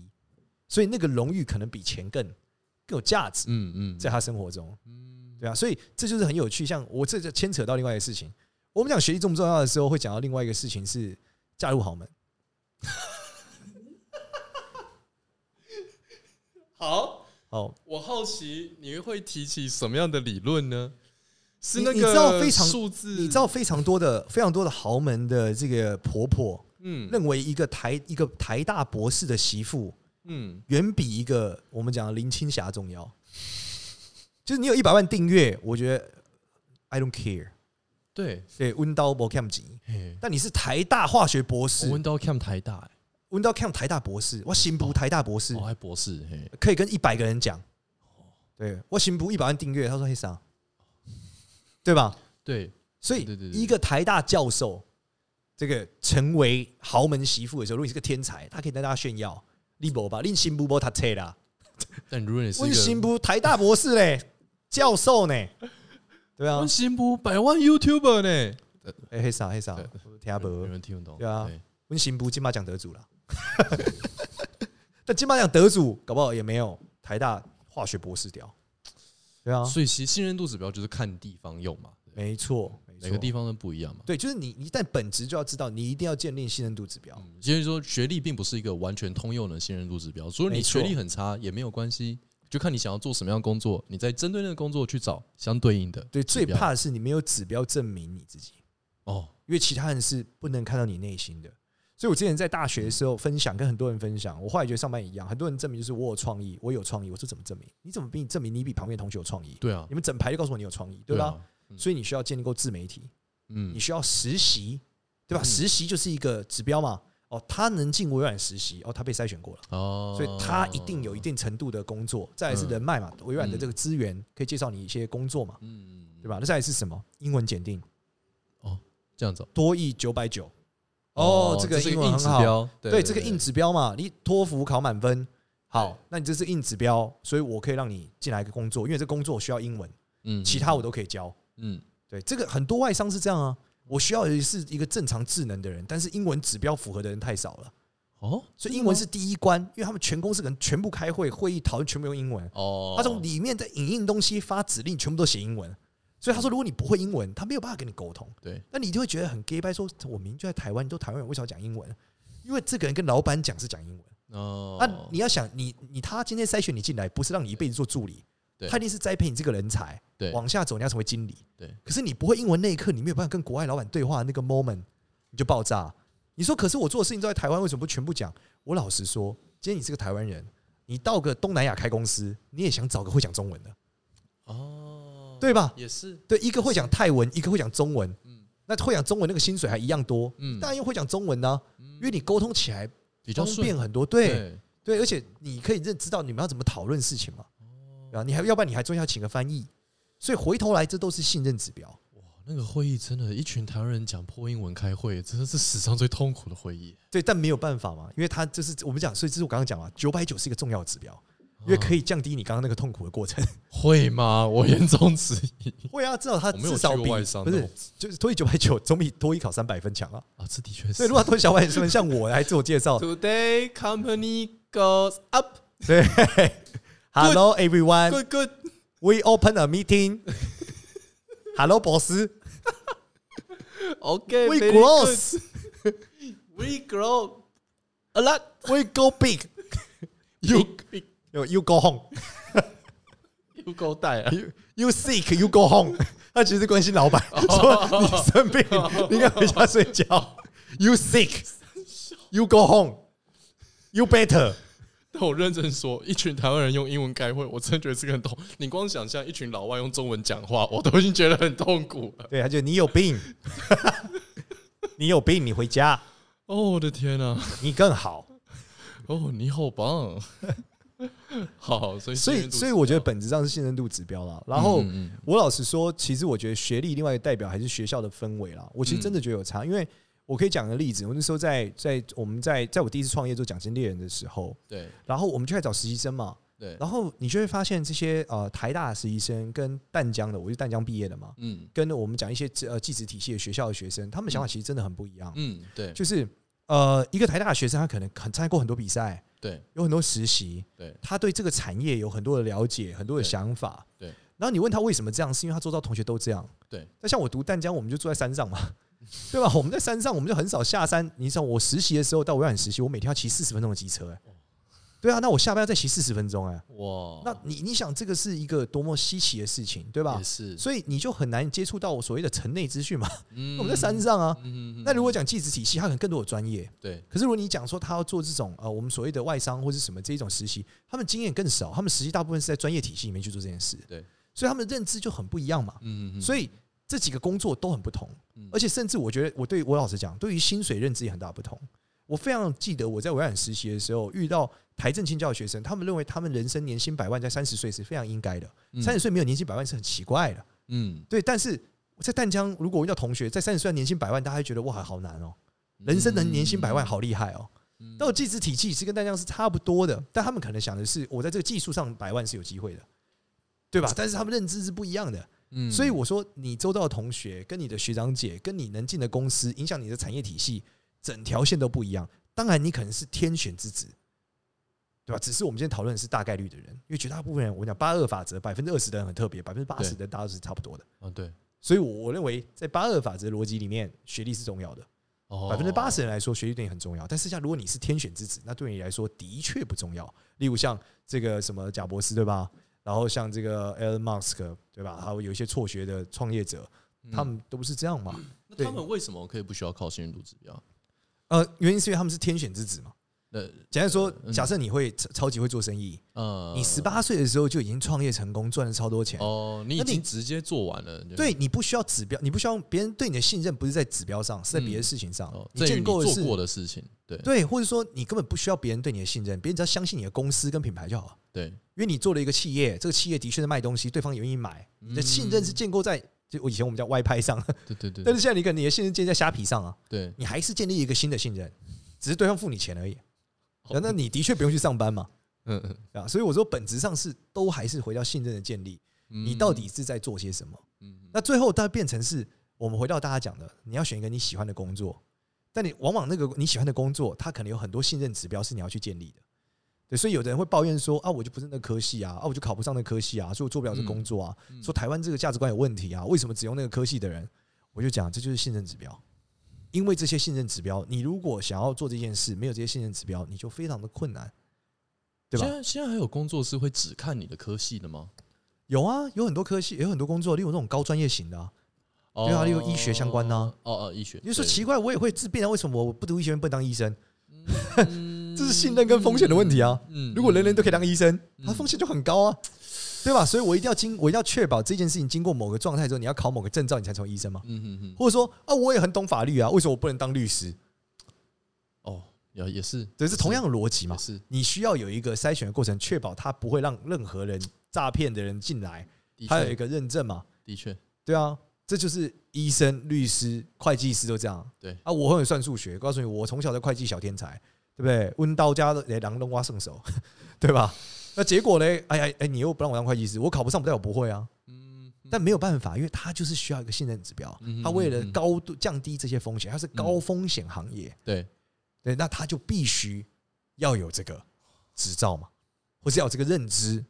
[SPEAKER 1] 所以那个荣誉可能比钱更更有价值，
[SPEAKER 2] 嗯嗯，
[SPEAKER 1] 在他生活中，
[SPEAKER 2] 嗯
[SPEAKER 1] 对啊，所以这就是很有趣。像我这就牵扯到另外一个事情，我们讲学历重不重要的时候，会讲到另外一个事情是嫁入豪门。
[SPEAKER 2] 好，
[SPEAKER 1] 哦，
[SPEAKER 2] 我好奇你会提起什么样的理论呢？是
[SPEAKER 1] 你
[SPEAKER 2] 那个
[SPEAKER 1] 你知道非常
[SPEAKER 2] 数字，
[SPEAKER 1] 你知道非常多的非常多的豪门的这个婆婆
[SPEAKER 2] 嗯
[SPEAKER 1] 认为一个台一个台大博士的媳妇
[SPEAKER 2] 嗯
[SPEAKER 1] 远比一个我们讲的林青霞重要。 就是你有一百万订阅，我觉得 I don't care，
[SPEAKER 2] 对，
[SPEAKER 1] 对温刀博 cam 级，
[SPEAKER 2] 嘿
[SPEAKER 1] 但你是台大化学博
[SPEAKER 2] 我
[SPEAKER 1] 士
[SPEAKER 2] 闻，到 Cam 台大，哎
[SPEAKER 1] 温刀 cam 台大博士，我新不台大博士
[SPEAKER 2] 我，还博士，嘿，
[SPEAKER 1] 可以跟一百个人讲，对我行不一百万订阅，他说嘿啥，对吧？
[SPEAKER 2] 对，
[SPEAKER 1] 所以
[SPEAKER 2] 对对对对
[SPEAKER 1] 一个台大教授，这个成为豪门媳妇的时候，如果你是个天才，他可以跟大家炫耀，你博吧，令新不博他切啦，
[SPEAKER 2] 但如果你是一
[SPEAKER 1] 温新
[SPEAKER 2] 个
[SPEAKER 1] 不台大博士嘞，教授呢，对啊
[SPEAKER 2] 温，新不百万 YouTuber 呢，
[SPEAKER 1] 哎嘿啥嘿啥
[SPEAKER 2] 对，
[SPEAKER 1] 听啊不
[SPEAKER 2] 有
[SPEAKER 1] 懂，
[SPEAKER 2] 人听得懂？
[SPEAKER 1] 对啊温新不金马奖得主了， 但金马奖得主搞不好也没有台大化学博士屌，对啊，
[SPEAKER 2] 所以其实信任度指标就是看地方用嘛，对
[SPEAKER 1] 没错，没错
[SPEAKER 2] 每个地方都不一样嘛。
[SPEAKER 1] 对，就是你你但本质就要知道，你一定要建立信任度指标。
[SPEAKER 2] 嗯，就是说学历并不是一个完全通用的信任度指标，所以
[SPEAKER 1] 没
[SPEAKER 2] 你
[SPEAKER 1] 错
[SPEAKER 2] 学历很差也没有关系，就看你想要做什么样的工作，你再针对那个工作去找相对应的
[SPEAKER 1] 对，最
[SPEAKER 2] 指标
[SPEAKER 1] 怕的是你没有指标证明你自己，
[SPEAKER 2] 哦，
[SPEAKER 1] 因为其他人是不能看到你内心的。所以我之前在大学的时候分享，跟很多人分享，我后来觉得上班也一样，很多人证明就是我有创意，我有创意。我说怎么证明？你怎么比你证明你比旁边同学有创意？
[SPEAKER 2] 对啊
[SPEAKER 1] 你，们整排就告诉我你有创意，对吧？
[SPEAKER 2] 啊，嗯
[SPEAKER 1] 所以你需要建立够自媒体，
[SPEAKER 2] 嗯
[SPEAKER 1] 你，需要实习，对吧？
[SPEAKER 2] 嗯
[SPEAKER 1] 实习就是一个指标嘛。哦，他能进微软实习，哦，他被筛选过了。
[SPEAKER 2] 哦，
[SPEAKER 1] 所以他一定有一定程度的工作。再来是人脉嘛，微软的这个资源可以介绍你一些工作嘛，
[SPEAKER 2] 嗯，嗯，
[SPEAKER 1] 对吧？那再来是什么？英文检定，
[SPEAKER 2] 这样子哦
[SPEAKER 1] 多益九百九，哦，这个
[SPEAKER 2] 是一
[SPEAKER 1] 英文
[SPEAKER 2] 硬
[SPEAKER 1] 很
[SPEAKER 2] 指
[SPEAKER 1] 好，
[SPEAKER 2] 标，
[SPEAKER 1] 对这个硬指标嘛，你托福考满分，好，那你这是硬指标，所以我可以让你进来一个工作，因为这工作需要英文，
[SPEAKER 2] 嗯
[SPEAKER 1] 其他我都可以教。
[SPEAKER 2] 嗯
[SPEAKER 1] 对，这个很多外商是这样啊，我需要的是一个正常智能的人，但是英文指标符合的人太少了。
[SPEAKER 2] 哦，
[SPEAKER 1] 所以英文是第一关，因为他们全公司可能全部开会，会议讨论全部用英文，
[SPEAKER 2] 哦，
[SPEAKER 1] 他从里面的影印东西发指令，全部都写英文。所以他说，如果你不会英文，他没有办法跟你沟通，
[SPEAKER 2] 对
[SPEAKER 1] 那你就会觉得很 gay 掰，说我明明就在台湾，你都台湾人，为什么要讲英文？因为这个人跟老板讲是讲英文，
[SPEAKER 2] 哦，
[SPEAKER 1] 那、你要想，你你他今天筛选你进来，不是让你一辈子做助理，
[SPEAKER 2] 对
[SPEAKER 1] 他一定是栽培你这个人才，
[SPEAKER 2] 对
[SPEAKER 1] 往下走你要成为经理，
[SPEAKER 2] 对。
[SPEAKER 1] 可是你不会英文那一刻，你没有办法跟国外老板对话，那个 moment 你就爆炸。你说，可是我做的事情都在台湾，为什么不全部讲？我老实说，今天你是个台湾人，你到个东南亚开公司，你也想找个会讲中文的，
[SPEAKER 2] 嗯哦，
[SPEAKER 1] 对吧？
[SPEAKER 2] 也是，
[SPEAKER 1] 对，一个会讲泰文，一个会讲中文，
[SPEAKER 2] 嗯
[SPEAKER 1] 那会讲中文那个薪水还一样多，
[SPEAKER 2] 嗯
[SPEAKER 1] 当然又会讲中文呢、因为你沟通起来
[SPEAKER 2] 比较
[SPEAKER 1] 方
[SPEAKER 2] 顺
[SPEAKER 1] 便，很多。对，对，而且你可以认知到你们要怎么讨论事情嘛，
[SPEAKER 2] 哦
[SPEAKER 1] 对啊，你还要不然你还中间要请个翻译，所以回头来这都是信任指标。
[SPEAKER 2] 那个会议真的，一群台湾人讲破英文开会，真的是史上最痛苦的会议。
[SPEAKER 1] 对，但没有办法嘛，因为它就是我们讲，所以这是我刚刚讲嘛，九百九是一个重要的指标，因为可
[SPEAKER 2] 以、
[SPEAKER 1] 以降低你刚刚那个痛苦的过程。
[SPEAKER 2] 会吗？我严重质疑。
[SPEAKER 1] 会啊，至少它
[SPEAKER 2] 嗯我没有
[SPEAKER 1] 至少
[SPEAKER 2] 去
[SPEAKER 1] 比
[SPEAKER 2] 过外商，哦
[SPEAKER 1] 不
[SPEAKER 2] 那
[SPEAKER 1] 是
[SPEAKER 2] 我
[SPEAKER 1] 就是多一九百九总比多一考三百分强啊。
[SPEAKER 2] 啊，这的确
[SPEAKER 1] 所以
[SPEAKER 2] 是
[SPEAKER 1] 如。果多一小百分像我来自我介绍
[SPEAKER 2] Today company goes up.
[SPEAKER 1] ，Hello everyone，
[SPEAKER 2] Good, good.
[SPEAKER 1] We open a meeting. Hello，博士。
[SPEAKER 2] Okay,
[SPEAKER 1] We
[SPEAKER 2] very
[SPEAKER 1] grows.
[SPEAKER 2] good. We grow a lot.
[SPEAKER 1] We go big.
[SPEAKER 2] You,
[SPEAKER 1] You you go home.
[SPEAKER 2] you go 带啊
[SPEAKER 1] You you sick. You go home. 他其实关心老板， 说你生病，你应该回家睡觉。You sick. You go home. You better.
[SPEAKER 2] 但我认真说，一群台湾人用英文开会，我真的觉得这个很痛。你光想象一群老外用中文讲话，我都已经觉得很痛苦 了。
[SPEAKER 1] 对，他就你有病，你有病，你回家，
[SPEAKER 2] 哦，我的天啊！
[SPEAKER 1] 你更好。
[SPEAKER 2] 哦，你好棒！ 好，所以
[SPEAKER 1] 所以，所以我觉得本质上是信任度指标啦。然后，
[SPEAKER 2] 嗯嗯嗯
[SPEAKER 1] 我老实说，其实我觉得学历另外一个代表还是学校的氛围啦。我其实真的觉得有差，因为我可以讲个例子，我那时候在在我们在在我第一次创业做奖金猎人的时候，
[SPEAKER 2] 对
[SPEAKER 1] 然后我们就在找实习生嘛，
[SPEAKER 2] 对，
[SPEAKER 1] 然后你就会发现这些呃台大的实习生跟淡江的，我是淡江毕业的嘛，
[SPEAKER 2] 嗯
[SPEAKER 1] 跟我们讲一些呃技职体系的学校的学生，他们想法
[SPEAKER 2] 嗯
[SPEAKER 1] 其实真的很不一样，
[SPEAKER 2] 嗯，对
[SPEAKER 1] 就是呃一个台大的学生，他可能很参加过很多比赛，
[SPEAKER 2] 对
[SPEAKER 1] 有很多实习，
[SPEAKER 2] 对
[SPEAKER 1] 他对这个产业有很多的了解，很多的
[SPEAKER 2] 对
[SPEAKER 1] 想法。
[SPEAKER 2] 对
[SPEAKER 1] 然后你问他为什么这样，是因为他周遭同学都这样。
[SPEAKER 2] 对，
[SPEAKER 1] 那像我读淡江，我们就住在山上嘛， 对吧？我们在山上，我们就很少下山。你像我实习的时候到微软实习，我每天要骑四十分钟的机车、欸，
[SPEAKER 2] 哦
[SPEAKER 1] 对啊，那我下班要再骑四十分钟、哎，
[SPEAKER 2] 哇，
[SPEAKER 1] 那你你想这个是一个多么稀奇的事情，对吧
[SPEAKER 2] 也？是，
[SPEAKER 1] 所以你就很难接触到我所谓的城内资讯嘛，
[SPEAKER 2] 嗯
[SPEAKER 1] 我们在山，上啊。
[SPEAKER 2] 嗯
[SPEAKER 1] 那如果讲技职体系，它可能更多有专业，
[SPEAKER 2] 对
[SPEAKER 1] 可是如果你讲说他要做这种呃我们所谓的外商或是什么这一种实习，他们经验更少，他们实际大部分是在专业体系里面去做这件事，
[SPEAKER 2] 对，
[SPEAKER 1] 所以他们的认知就很不一样嘛。
[SPEAKER 2] 嗯，
[SPEAKER 1] 所
[SPEAKER 2] 以
[SPEAKER 1] 以这几个工作都很不同
[SPEAKER 2] 嗯，
[SPEAKER 1] 而且甚至我觉得我对我老实讲，对于薪水认知也很大不同。我非常记得我在微软实习的时候，遇到台政青教的学生，他们认为他们人生年薪百万在三十岁是非常应该的，三十岁没有年薪百万是很奇怪的。
[SPEAKER 2] 嗯
[SPEAKER 1] 对，但是在淡江，如果我遇到同学在三十岁年薪百万，大家会觉得哇好难哦，人生能年薪百万好厉害哦。
[SPEAKER 2] 嗯
[SPEAKER 1] 但我技职体系是跟淡江是差不多的，但他们可能想的是，我在这个技术上百万是有机会的，对吧？但是他们认知是不一样的，
[SPEAKER 2] 嗯
[SPEAKER 1] 所以我说，你周到的同学、跟你的学长姐、跟你能进的公司，影响你的产业体系，整条线都不一样。当然，你可能是天选之子，对吧？只是我们今天讨论的是大概率的人，因为绝大部分人，我跟你讲八二法则，百分之二十的人很特别，百分之八十的人大家都是差不多的。
[SPEAKER 2] 啊对，
[SPEAKER 1] 所以，我我认为在八二法则的逻辑里面，学历是重要的。
[SPEAKER 2] 哦
[SPEAKER 1] 百分之八十人来说，学历对你很重要。但是像如果你是天选之子，那对你来说的确不重要。例如像这个什么贾博士对吧？然后像这个 Elon Musk 对吧？还有有一些辍学的创业者，
[SPEAKER 2] 嗯
[SPEAKER 1] 他们都不是这样嘛？
[SPEAKER 2] 那
[SPEAKER 1] 对
[SPEAKER 2] 他们为什么可以不需要靠信任度指标？
[SPEAKER 1] 呃，原因是因为他们是天选之子嘛。
[SPEAKER 2] 那
[SPEAKER 1] 简单说，
[SPEAKER 2] 嗯
[SPEAKER 1] 假设你会超超级会做生意，
[SPEAKER 2] 呃，
[SPEAKER 1] 你十八岁的时候就已经创业成功，赚了超多钱。
[SPEAKER 2] 哦，你已
[SPEAKER 1] 那你
[SPEAKER 2] 经直接做完了，
[SPEAKER 1] 对你不需要指标，你不需要别人对你的信任，不是在指标上，是在别的
[SPEAKER 2] 嗯
[SPEAKER 1] 事情上。
[SPEAKER 2] 哦，
[SPEAKER 1] 你
[SPEAKER 2] 这于
[SPEAKER 1] 建
[SPEAKER 2] 你
[SPEAKER 1] 构的
[SPEAKER 2] 做
[SPEAKER 1] 是
[SPEAKER 2] 过的事情，对
[SPEAKER 1] 对，或者说你根本不需要别人对你的信任，别人只要相信你的公司跟品牌就好了。
[SPEAKER 2] 对，
[SPEAKER 1] 因为你做了一个企业，这个企业的确是卖东西，对方愿意买，
[SPEAKER 2] 嗯
[SPEAKER 1] 你的信任是建构在就我以前我们叫外拍 上，
[SPEAKER 2] 对对对
[SPEAKER 1] 但是现在你可能你的信任建立在虾皮上啊，
[SPEAKER 2] 对，
[SPEAKER 1] 你还是建立一个新的信任，只是对方付你钱而已。
[SPEAKER 2] 哦
[SPEAKER 1] 那你的确不用去上班嘛，
[SPEAKER 2] 嗯嗯
[SPEAKER 1] 对吧？所以我说本质上是都还是回到信任的建立，
[SPEAKER 2] 嗯，
[SPEAKER 1] 你到底是在做些什么？
[SPEAKER 2] 嗯
[SPEAKER 1] 那最后它变成是我们回到大家讲的，你要选一个你喜欢的工作，但你往往那个你喜欢的工作，它可能有很多信任指标是你要去建立的。对，所以有的人会抱怨说啊，我就不是那科系啊，啊，我就考不上那科系啊，所以我做不了这工作啊，
[SPEAKER 2] 嗯
[SPEAKER 1] 说台湾这个价值观有问题啊，为什么只用那个科系的人？我就讲这就是信任指标，因为这些信任指标，你如果想要做这件事，没有这些信任指标，你就非常的困难，对吧
[SPEAKER 2] 现？在现在还有工作是会只看你的科系的吗？
[SPEAKER 1] 有啊，有很多科系，也有很多工作，例如那种高专业型的、啊，
[SPEAKER 2] 哦
[SPEAKER 1] 对啊例如医学相关的啊
[SPEAKER 2] 哦哦，医学。
[SPEAKER 1] 你就说
[SPEAKER 2] 对
[SPEAKER 1] 奇，怪，我也会治病啊，为什么我不读医学院不能当医生？
[SPEAKER 2] 嗯
[SPEAKER 1] 这是信任跟风险的问题啊。
[SPEAKER 2] 嗯
[SPEAKER 1] 如果人人都可以当医生，
[SPEAKER 2] 嗯
[SPEAKER 1] 它风险就很高啊，对吧？所以我一定要经，我一定要确保这件事情经过某个状态之后，你要考某个证照，你才成为医生嘛。
[SPEAKER 2] 嗯嗯嗯，
[SPEAKER 1] 或者说啊，我也很懂法律啊，为什么我不能当律师？
[SPEAKER 2] 哦，也也是，
[SPEAKER 1] 这是同样的逻辑嘛
[SPEAKER 2] 也。是，
[SPEAKER 1] 你需要有一个筛选的过程，确保他不会让任何人诈骗的人进来，
[SPEAKER 2] 的
[SPEAKER 1] 他有一
[SPEAKER 2] 确，
[SPEAKER 1] 个认证嘛。
[SPEAKER 2] 的确，
[SPEAKER 1] 对啊，这就是医生、律师、会计师都这样。
[SPEAKER 2] 对
[SPEAKER 1] 啊，我很会算数学，告诉你，我从小在会计小天才，对不对？问到家的狼龙挖圣手， 对吧？那结果呢？哎呀，哎，你又不让我当会计师，我考不上不代表我不会啊。
[SPEAKER 2] 嗯，
[SPEAKER 1] 但没有办法，因为他就是需要一个信任指标
[SPEAKER 2] 嗯，
[SPEAKER 1] 他为了高度降低这些风险，他是高风险行业，
[SPEAKER 2] 对，
[SPEAKER 1] 对，那他就必须要有这个执照嘛，或是要有这个认知，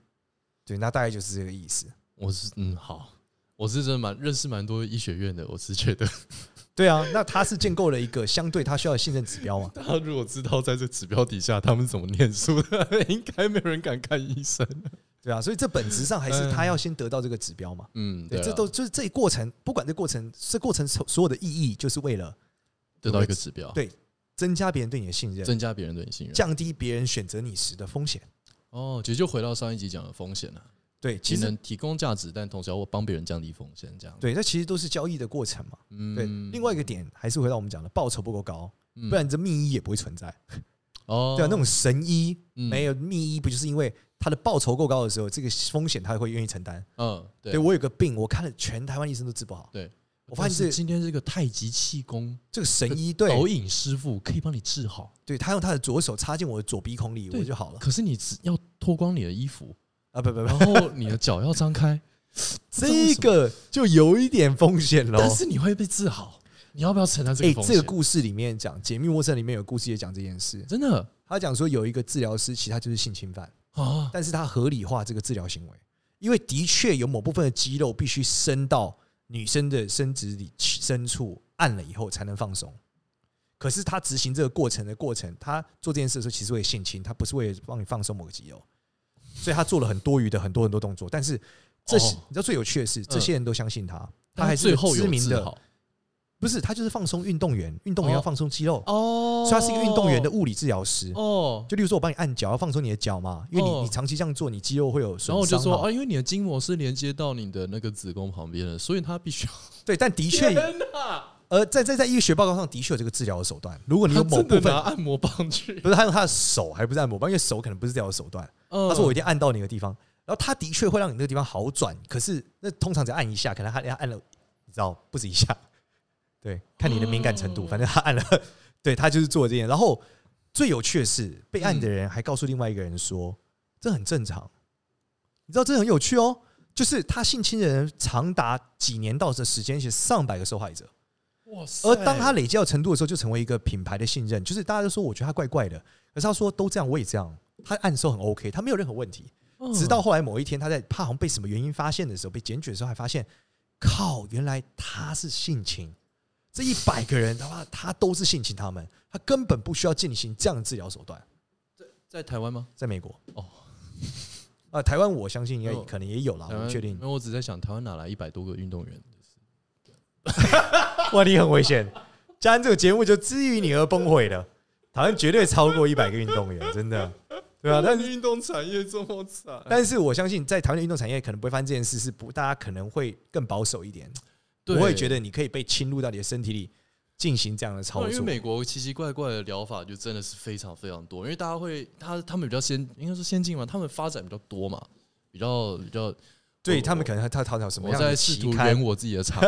[SPEAKER 1] 对，那大概就是这个意思。
[SPEAKER 2] 我是嗯好，我是真的蛮认识蛮多医学院的，我是觉得
[SPEAKER 1] 对啊，那他是建构了一个相对他需要的信任指标嘛，
[SPEAKER 2] 大家如果知道在这指标底下他们怎么念书的， 应该没有人敢看医生。
[SPEAKER 1] 对啊，所以这本质上还是他要先得到这个指标嘛。
[SPEAKER 2] 嗯，
[SPEAKER 1] 对，
[SPEAKER 2] 啊
[SPEAKER 1] 这都就是这一过程，不管这过程，这过程所所有的意义，就是为了
[SPEAKER 2] 得到一个指标，
[SPEAKER 1] 对增加别人对你的信任，
[SPEAKER 2] 增加别人对你信任。
[SPEAKER 1] 降低别人选择你时的风险。
[SPEAKER 2] 哦，其实就回到上一集讲的风险了，
[SPEAKER 1] 对，其
[SPEAKER 2] 你
[SPEAKER 1] 实
[SPEAKER 2] 能提供价值，但同时要帮别人降低风险，这样。
[SPEAKER 1] 对，那其实都是交易的过程嘛。
[SPEAKER 2] 嗯
[SPEAKER 1] 对，另外一个点还是回到我们讲的，报酬不够高，
[SPEAKER 2] 嗯
[SPEAKER 1] 不然这秘医也不会存在。
[SPEAKER 2] 哦，
[SPEAKER 1] 对啊，那种神医
[SPEAKER 2] 嗯
[SPEAKER 1] 没有秘医，不就是因为他的报酬够高的时候，这个风险他会愿意承担？
[SPEAKER 2] 嗯，
[SPEAKER 1] 对
[SPEAKER 2] 对，
[SPEAKER 1] 我有个病，我看了全台湾医生都治不好，
[SPEAKER 2] 对，
[SPEAKER 1] 我发现
[SPEAKER 2] 但是
[SPEAKER 1] 这
[SPEAKER 2] 今天这个太极气功
[SPEAKER 1] 这个神医 对
[SPEAKER 2] 导引师傅可以帮你 治好，
[SPEAKER 1] 对，他用他的左手插进我的左鼻孔里，
[SPEAKER 2] 对
[SPEAKER 1] 我就好了
[SPEAKER 2] 可是你只要脱光你的衣服，
[SPEAKER 1] 啊！不不
[SPEAKER 2] 然
[SPEAKER 1] 不，
[SPEAKER 2] 后你的脚要 张开，知道为
[SPEAKER 1] 这
[SPEAKER 2] 什么
[SPEAKER 1] 个就有一点风险喽。
[SPEAKER 2] 但是你会被治好，你要不要承担这
[SPEAKER 1] 哎、
[SPEAKER 2] 个风
[SPEAKER 1] 这
[SPEAKER 2] 险？
[SPEAKER 1] 个故事里面讲《解密陌生》里面有故事也讲这件事，
[SPEAKER 2] 真的
[SPEAKER 1] 他讲说有一个治疗师，其实他就是性侵犯，
[SPEAKER 2] 啊，
[SPEAKER 1] 但是他合理化这个治疗行为，因为的确有某部分的肌肉必须伸到女生的生殖里深处按了以后才能放松。可是他执行这个过程的过程，他做这件事的时候，其实为了性侵，他不是为了帮你放松某个肌肉，所以他做了很多余的很多很多动作。但是这些、
[SPEAKER 2] 哦
[SPEAKER 1] 你知道最有趣的是，这些人都相信他，他
[SPEAKER 2] 但
[SPEAKER 1] 还是
[SPEAKER 2] 最
[SPEAKER 1] 个
[SPEAKER 2] 后
[SPEAKER 1] 知
[SPEAKER 2] 有
[SPEAKER 1] 名
[SPEAKER 2] 治
[SPEAKER 1] 的
[SPEAKER 2] 好
[SPEAKER 1] 不是，他就是放松运动员，运动员
[SPEAKER 2] 哦
[SPEAKER 1] 要放松肌肉，
[SPEAKER 2] 哦
[SPEAKER 1] 所以他是一个运动员的物理治疗师。
[SPEAKER 2] 哦。
[SPEAKER 1] 就例如说，我帮你按脚，要放松你的脚嘛，因为你
[SPEAKER 2] 哦
[SPEAKER 1] 你长期这样做，你肌肉会有
[SPEAKER 2] 然后
[SPEAKER 1] 损
[SPEAKER 2] 我就
[SPEAKER 1] 伤
[SPEAKER 2] 说
[SPEAKER 1] 嘛。
[SPEAKER 2] 啊，因为你的筋膜是连接到你的那个子宫旁边的，所以它必须。
[SPEAKER 1] 对，但的确，
[SPEAKER 2] 哪！
[SPEAKER 1] 呃，在在在医学报告上的确有这个治疗的手段。如果你
[SPEAKER 2] 他
[SPEAKER 1] 有某
[SPEAKER 2] 真
[SPEAKER 1] 部
[SPEAKER 2] 的
[SPEAKER 1] 分
[SPEAKER 2] 拿按摩棒 去
[SPEAKER 1] 不。是他用他的手，还不是按摩棒，因为手可能不嗯是治疗的手段。
[SPEAKER 2] 他
[SPEAKER 1] 他说我一定按到你的地方，然后他的确会让你那个地方好转，可是那通常只按一下，可能他他按了，你知道不止一下，对，看你的敏感程度，
[SPEAKER 2] 哦
[SPEAKER 1] 反正他按了，对他就是做这件。然后最有趣的是，被按的人还告诉另外一个人说，这很正常，你知道这很有趣哦，就是他性侵的人长达几年到的时间，是上百个受害者。
[SPEAKER 2] 嗯哇塞
[SPEAKER 1] 而当他累积到程度的时候，就成为一个品牌的信任，就是大家都说我觉得他怪怪的，可是他说都这样，我也这样，他按收很 OK，他没有任何问题。
[SPEAKER 2] 嗯
[SPEAKER 1] 直到后来某一天，他在怕好像被什么原因发现的时候，被检举的时候，还发现，靠，原来他是性侵。这一百个人，他妈他都是性侵他们，他根本不需要进行这样的治疗手段。
[SPEAKER 2] 在台湾吗？
[SPEAKER 1] 在美国，
[SPEAKER 2] 哦，
[SPEAKER 1] 啊，台湾我相信应该
[SPEAKER 2] 哦
[SPEAKER 1] 可能也有啦，
[SPEAKER 2] 台
[SPEAKER 1] 我
[SPEAKER 2] 湾
[SPEAKER 1] 不确定
[SPEAKER 2] 因。为我只在想，台湾哪来一百多个运动员？
[SPEAKER 1] 哇，你很危险！嘉恩这个节目就基于你而崩毁了，台湾绝对超过一百个运动员，真的，对吧、但是
[SPEAKER 2] 运动产业这么惨
[SPEAKER 1] 但是我相信，在台湾的运动产业可能不会发生这件事，是不，大家可能会更保守一点，不会觉得你可以被侵入到你的身体里进行这样的操
[SPEAKER 2] 啊因为
[SPEAKER 1] 作。
[SPEAKER 2] 美国奇奇怪怪的疗法就真的是非常非常多，因为大家会他他们比较先，应该说先进嘛，他们发展比较多嘛，比较比较。
[SPEAKER 1] 对
[SPEAKER 2] 我
[SPEAKER 1] 他们可能还他讨讨什么
[SPEAKER 2] 我
[SPEAKER 1] 样的
[SPEAKER 2] 在试
[SPEAKER 1] 期
[SPEAKER 2] 图
[SPEAKER 1] 刊
[SPEAKER 2] 圆，我自己的场。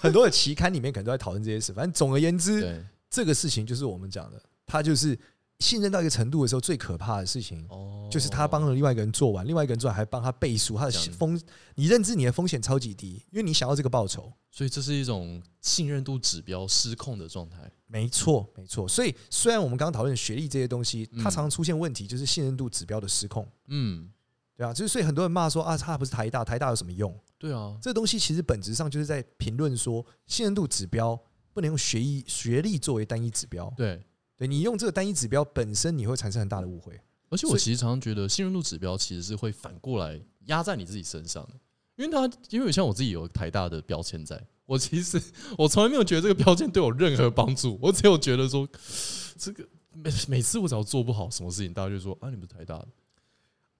[SPEAKER 1] 很多的期刊里面可能都在讨论这些事。反正总而言之，
[SPEAKER 2] 对，
[SPEAKER 1] 这个事情就是我们讲的，他就是信任到一个程度的时候，最可怕的事情
[SPEAKER 2] 哦
[SPEAKER 1] 就是他帮了另外一个人做完，另外一个人做完还帮他背书，他的
[SPEAKER 2] 这样
[SPEAKER 1] 风，你认知你的风险超级低，因为你想要这个报酬。
[SPEAKER 2] 所以这是一种信任度指标失控的状态。
[SPEAKER 1] 没错，没错。所以虽然我们刚刚讨论学历这些东西，它
[SPEAKER 2] 嗯
[SPEAKER 1] 常常出现问题，就是信任度指标的失控，
[SPEAKER 2] 嗯，
[SPEAKER 1] 对啊，就是所以很多人骂说啊，他不是台大，台大有什么用？
[SPEAKER 2] 对啊，
[SPEAKER 1] 这东西其实本质上就是在评论说，信任度指标不能用学历学历作为单一指标，
[SPEAKER 2] 对。
[SPEAKER 1] 对你用这个单一指标本身，你会产生很大的误会。
[SPEAKER 2] 而且
[SPEAKER 1] 所
[SPEAKER 2] 我
[SPEAKER 1] 以
[SPEAKER 2] 其实常常觉得信任度指标其实是会反过来压在你自己身上的，因为它因为像我自己有台大的标签在，我其实我从来没有觉得这个标签对我任何帮助，我只有觉得说这个每每次我只要做不好什么事情，大家就说啊你不是台大的，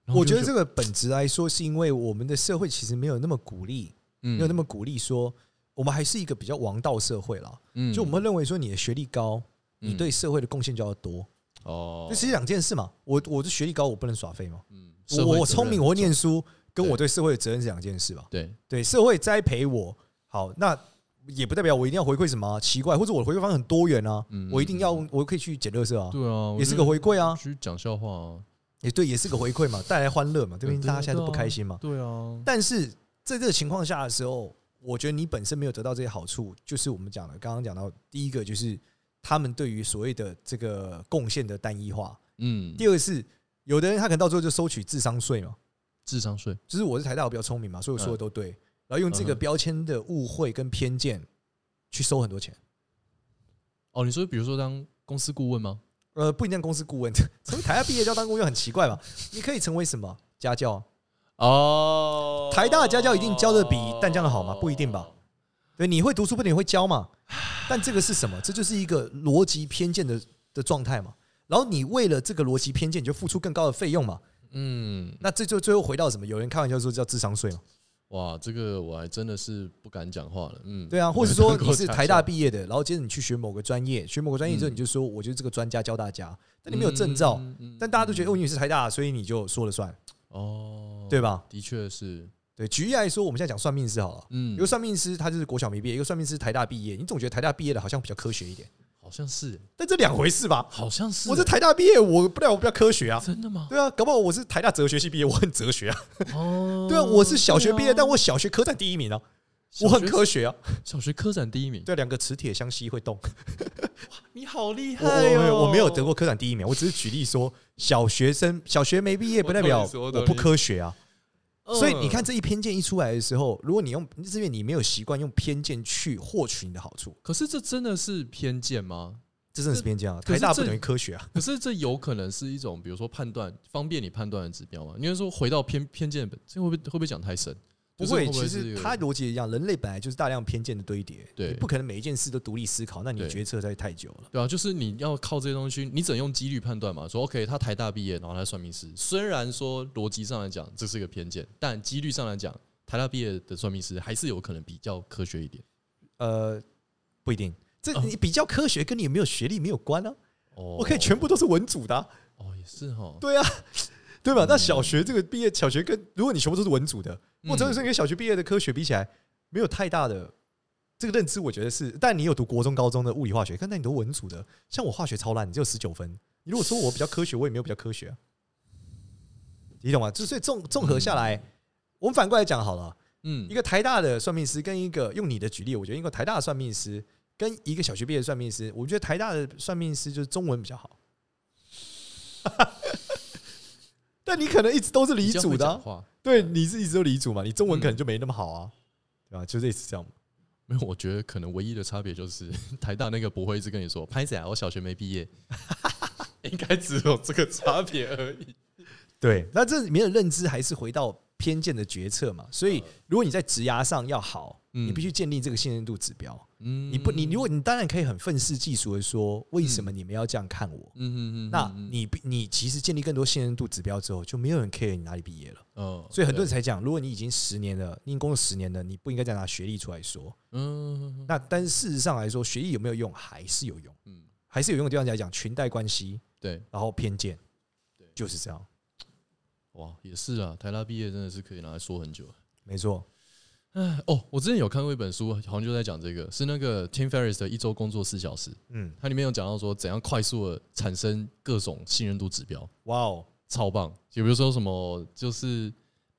[SPEAKER 2] 然后
[SPEAKER 1] 我
[SPEAKER 2] 就
[SPEAKER 1] 觉得这个本质来说，是因为我们的社会其实没有那么鼓励，
[SPEAKER 2] 嗯
[SPEAKER 1] 没有那么鼓励说，我们还是一个比较王道社会啦。
[SPEAKER 2] 嗯
[SPEAKER 1] 就我们会认为说，你的学历高，
[SPEAKER 2] 嗯
[SPEAKER 1] 你对社会的贡献就要多，
[SPEAKER 2] 哦
[SPEAKER 1] 这其实两件事嘛。我我的学历高，我不能耍废嘛。
[SPEAKER 2] 嗯
[SPEAKER 1] 我我聪明，我会，念书，跟
[SPEAKER 2] 对
[SPEAKER 1] 我对社会的责任是两件事吧。
[SPEAKER 2] 社会责任
[SPEAKER 1] 对，社会栽培我好，那也不代表我一定要回馈什么啊、奇怪，或者我的回馈方式很多元啊
[SPEAKER 2] 嗯。
[SPEAKER 1] 我一定要，我可以去捡垃圾啊
[SPEAKER 2] 对，对啊，
[SPEAKER 1] 也是个回馈啊，
[SPEAKER 2] 去讲笑话啊，
[SPEAKER 1] 也对，也是个回馈嘛，带来欢乐嘛，对不对？
[SPEAKER 2] 对
[SPEAKER 1] 大家现在都
[SPEAKER 2] 对啊
[SPEAKER 1] 不开心嘛。
[SPEAKER 2] 对啊，
[SPEAKER 1] 但是在这个情况下的时候，我觉得你本身没有得到这些好处，就是我们讲的刚刚讲到第一个就是他们对于所谓的这个贡献的单一化，
[SPEAKER 2] 嗯，
[SPEAKER 1] 第二个是有的人他可能到最后就收取智商税嘛，
[SPEAKER 2] 智商税，
[SPEAKER 1] 就是我是台大，我比较聪明嘛，所以我说的都对，然后用这个
[SPEAKER 2] 嗯哼
[SPEAKER 1] 标签的误会跟偏见去收很多钱。
[SPEAKER 2] 哦，你说比如说当公司顾问吗？
[SPEAKER 1] 呃，不一定公司顾问， 从台大毕业就要当顾问很奇怪嘛？你可以成为什么家教啊？
[SPEAKER 2] 哦，
[SPEAKER 1] 台大的家教一定教得比淡江的好吗不一定吧。对，你会读书不等于会教嘛？但这个是什么？这就是一个逻辑偏见的的状态嘛。然后你为了这个逻辑偏见，你就付出更高的费用嘛。
[SPEAKER 2] 嗯，
[SPEAKER 1] 那这就最后回到什么？有人开玩笑说叫智商税嘛？
[SPEAKER 2] 哇，这个我还真的是不敢讲话了。嗯，
[SPEAKER 1] 对啊，或者说
[SPEAKER 2] 我也当
[SPEAKER 1] 你
[SPEAKER 2] 过
[SPEAKER 1] 是
[SPEAKER 2] 家
[SPEAKER 1] 台大
[SPEAKER 2] 教
[SPEAKER 1] 毕业的，然后接着你去学某个专业，学某个专业之后，
[SPEAKER 2] 嗯
[SPEAKER 1] 你就说我就是这个专家教大家，但你没有证照，
[SPEAKER 2] 嗯嗯嗯
[SPEAKER 1] 但大家都觉得哦你是台大，所以你就说了算，
[SPEAKER 2] 哦，
[SPEAKER 1] 对吧？
[SPEAKER 2] 的确是，
[SPEAKER 1] 对，举例来说，我们现在讲算命师好了，
[SPEAKER 2] 嗯
[SPEAKER 1] 一个，算命师他就是国小没毕业，一个算命师台大毕业，你总觉得台大毕业的好像比较科学一点，
[SPEAKER 2] 好像是，
[SPEAKER 1] 但这两回事吧？
[SPEAKER 2] 好像是，
[SPEAKER 1] 我是台大毕业，我不然我比较科学啊，
[SPEAKER 2] 真的吗？
[SPEAKER 1] 对啊，搞不好我是台大哲学系毕业，我很哲学啊，
[SPEAKER 2] 哦，
[SPEAKER 1] 对啊，我是小学毕业，
[SPEAKER 2] 对啊
[SPEAKER 1] 但我小学科展第一名啊，我很科学啊，
[SPEAKER 2] 小学科展第一名，
[SPEAKER 1] 对啊，两个磁铁相吸会动，
[SPEAKER 2] 你好厉
[SPEAKER 1] 我我没有我没有得过科展第一名，我只是举例说，小学生小学没毕业不代表
[SPEAKER 2] 我懂你说我懂
[SPEAKER 1] 我
[SPEAKER 2] 你
[SPEAKER 1] 不科学啊，
[SPEAKER 2] 嗯，
[SPEAKER 1] 所以你看这一偏见一出来的时候，如果你用，是因为你没有习惯用偏见去获取你的好处，
[SPEAKER 2] 可是这真的是偏见吗？
[SPEAKER 1] 这真的是偏见啊！
[SPEAKER 2] 可
[SPEAKER 1] 台
[SPEAKER 2] 是
[SPEAKER 1] 大不
[SPEAKER 2] 这
[SPEAKER 1] 等于科学啊！
[SPEAKER 2] 可是这有可能是一种，比如说判断方便你判断的指标吗？你会说回到偏偏见本，这会不会会不会讲太深？
[SPEAKER 1] 不
[SPEAKER 2] 就是
[SPEAKER 1] 会，
[SPEAKER 2] 不
[SPEAKER 1] 其
[SPEAKER 2] 会
[SPEAKER 1] 实
[SPEAKER 2] 是有
[SPEAKER 1] 它逻辑一样，人类本来就是大量偏见的堆叠，
[SPEAKER 2] 对
[SPEAKER 1] 你不可能每一件事都独立思考，那你
[SPEAKER 2] 对
[SPEAKER 1] 决策才会太久了。
[SPEAKER 2] 对啊，就是你要靠这些东西，你只能用几率判断嘛。说 OK，他台大毕业，然后他算命师，虽然说逻辑上来讲这是一个偏见，但几率上来讲，台大毕业的算命师还是有可能比较科学一点。
[SPEAKER 1] 呃，不一定，这
[SPEAKER 2] 嗯
[SPEAKER 1] 你比较科学跟你有没有学历没有关啊！
[SPEAKER 2] 哦
[SPEAKER 1] 我可以全部都是文组的啊，
[SPEAKER 2] 哦，也是哈，
[SPEAKER 1] 对啊，对吧？那小学这个毕业，小学跟如果你全部都是文组的，
[SPEAKER 2] 嗯
[SPEAKER 1] 或者是跟小学毕业的科学比起来，没有太大的这个认知，我觉得是。但你有读国中、高中的物理化学，但那你读文组的，像我化学超烂，你只有十九分。你如果说我比较科学，我也没有比较科学啊、你懂吗？就所以综综合下来，我们反过来讲好了，啊
[SPEAKER 2] 嗯
[SPEAKER 1] 一，个台大的算命师跟一个用你的举例，我觉得一个台大的算命师跟一个小学毕业的算命师，我觉得台大的算命师就是中文比较好。 但你可能一直都是理
[SPEAKER 2] 比较
[SPEAKER 1] 组
[SPEAKER 2] 会
[SPEAKER 1] 的啊、
[SPEAKER 2] 讲话
[SPEAKER 1] 对，你是一直都理组嘛，你中文
[SPEAKER 2] 嗯
[SPEAKER 1] 可能就没那么好啊，对吧？就类似这样嘛。
[SPEAKER 2] 没有，我觉得可能唯一的差别就是 台大那个不会一直跟你说“拍仔、啊，我小学没 毕业”，应该只有这个差别而已。
[SPEAKER 1] 对，那这里面的认知还是回到偏见的决策嘛。所以，如果你在职涯上要好，
[SPEAKER 2] 嗯
[SPEAKER 1] 你必须建立这个信任度指标。
[SPEAKER 2] 嗯
[SPEAKER 1] 你不，你如果你当然可以很愤世嫉俗的说，为什么你们要这样看我？
[SPEAKER 2] 嗯嗯嗯，
[SPEAKER 1] 那
[SPEAKER 2] 嗯
[SPEAKER 1] 你必你其实建立更多信任度指标之后，就没有人 care 你哪里毕业了。
[SPEAKER 2] 嗯，
[SPEAKER 1] 所以很多人
[SPEAKER 2] 对
[SPEAKER 1] 才讲，如果你已经十年了，你已经工作十年了，你不应该再拿学历出来说。
[SPEAKER 2] 嗯
[SPEAKER 1] 那但是事实上来说，学历有没有用，还是有用，
[SPEAKER 2] 嗯
[SPEAKER 1] 还是有用的地方来讲，裙带关系，
[SPEAKER 2] 对，
[SPEAKER 1] 然后偏见
[SPEAKER 2] 对，
[SPEAKER 1] 就是这样，
[SPEAKER 2] 哇，也是啊，台大毕业真的是可以拿来说很久。
[SPEAKER 1] 没错。
[SPEAKER 2] 哎，哦，我之前有看过一本书，好像就在讲这个，是那个 Tim Ferriss 的《一周工作四小时》，
[SPEAKER 1] 嗯，
[SPEAKER 2] 它里面有讲到说怎样快速的产生各种信任度指标。
[SPEAKER 1] 哇哦，
[SPEAKER 2] 超棒。就比如说什么，就是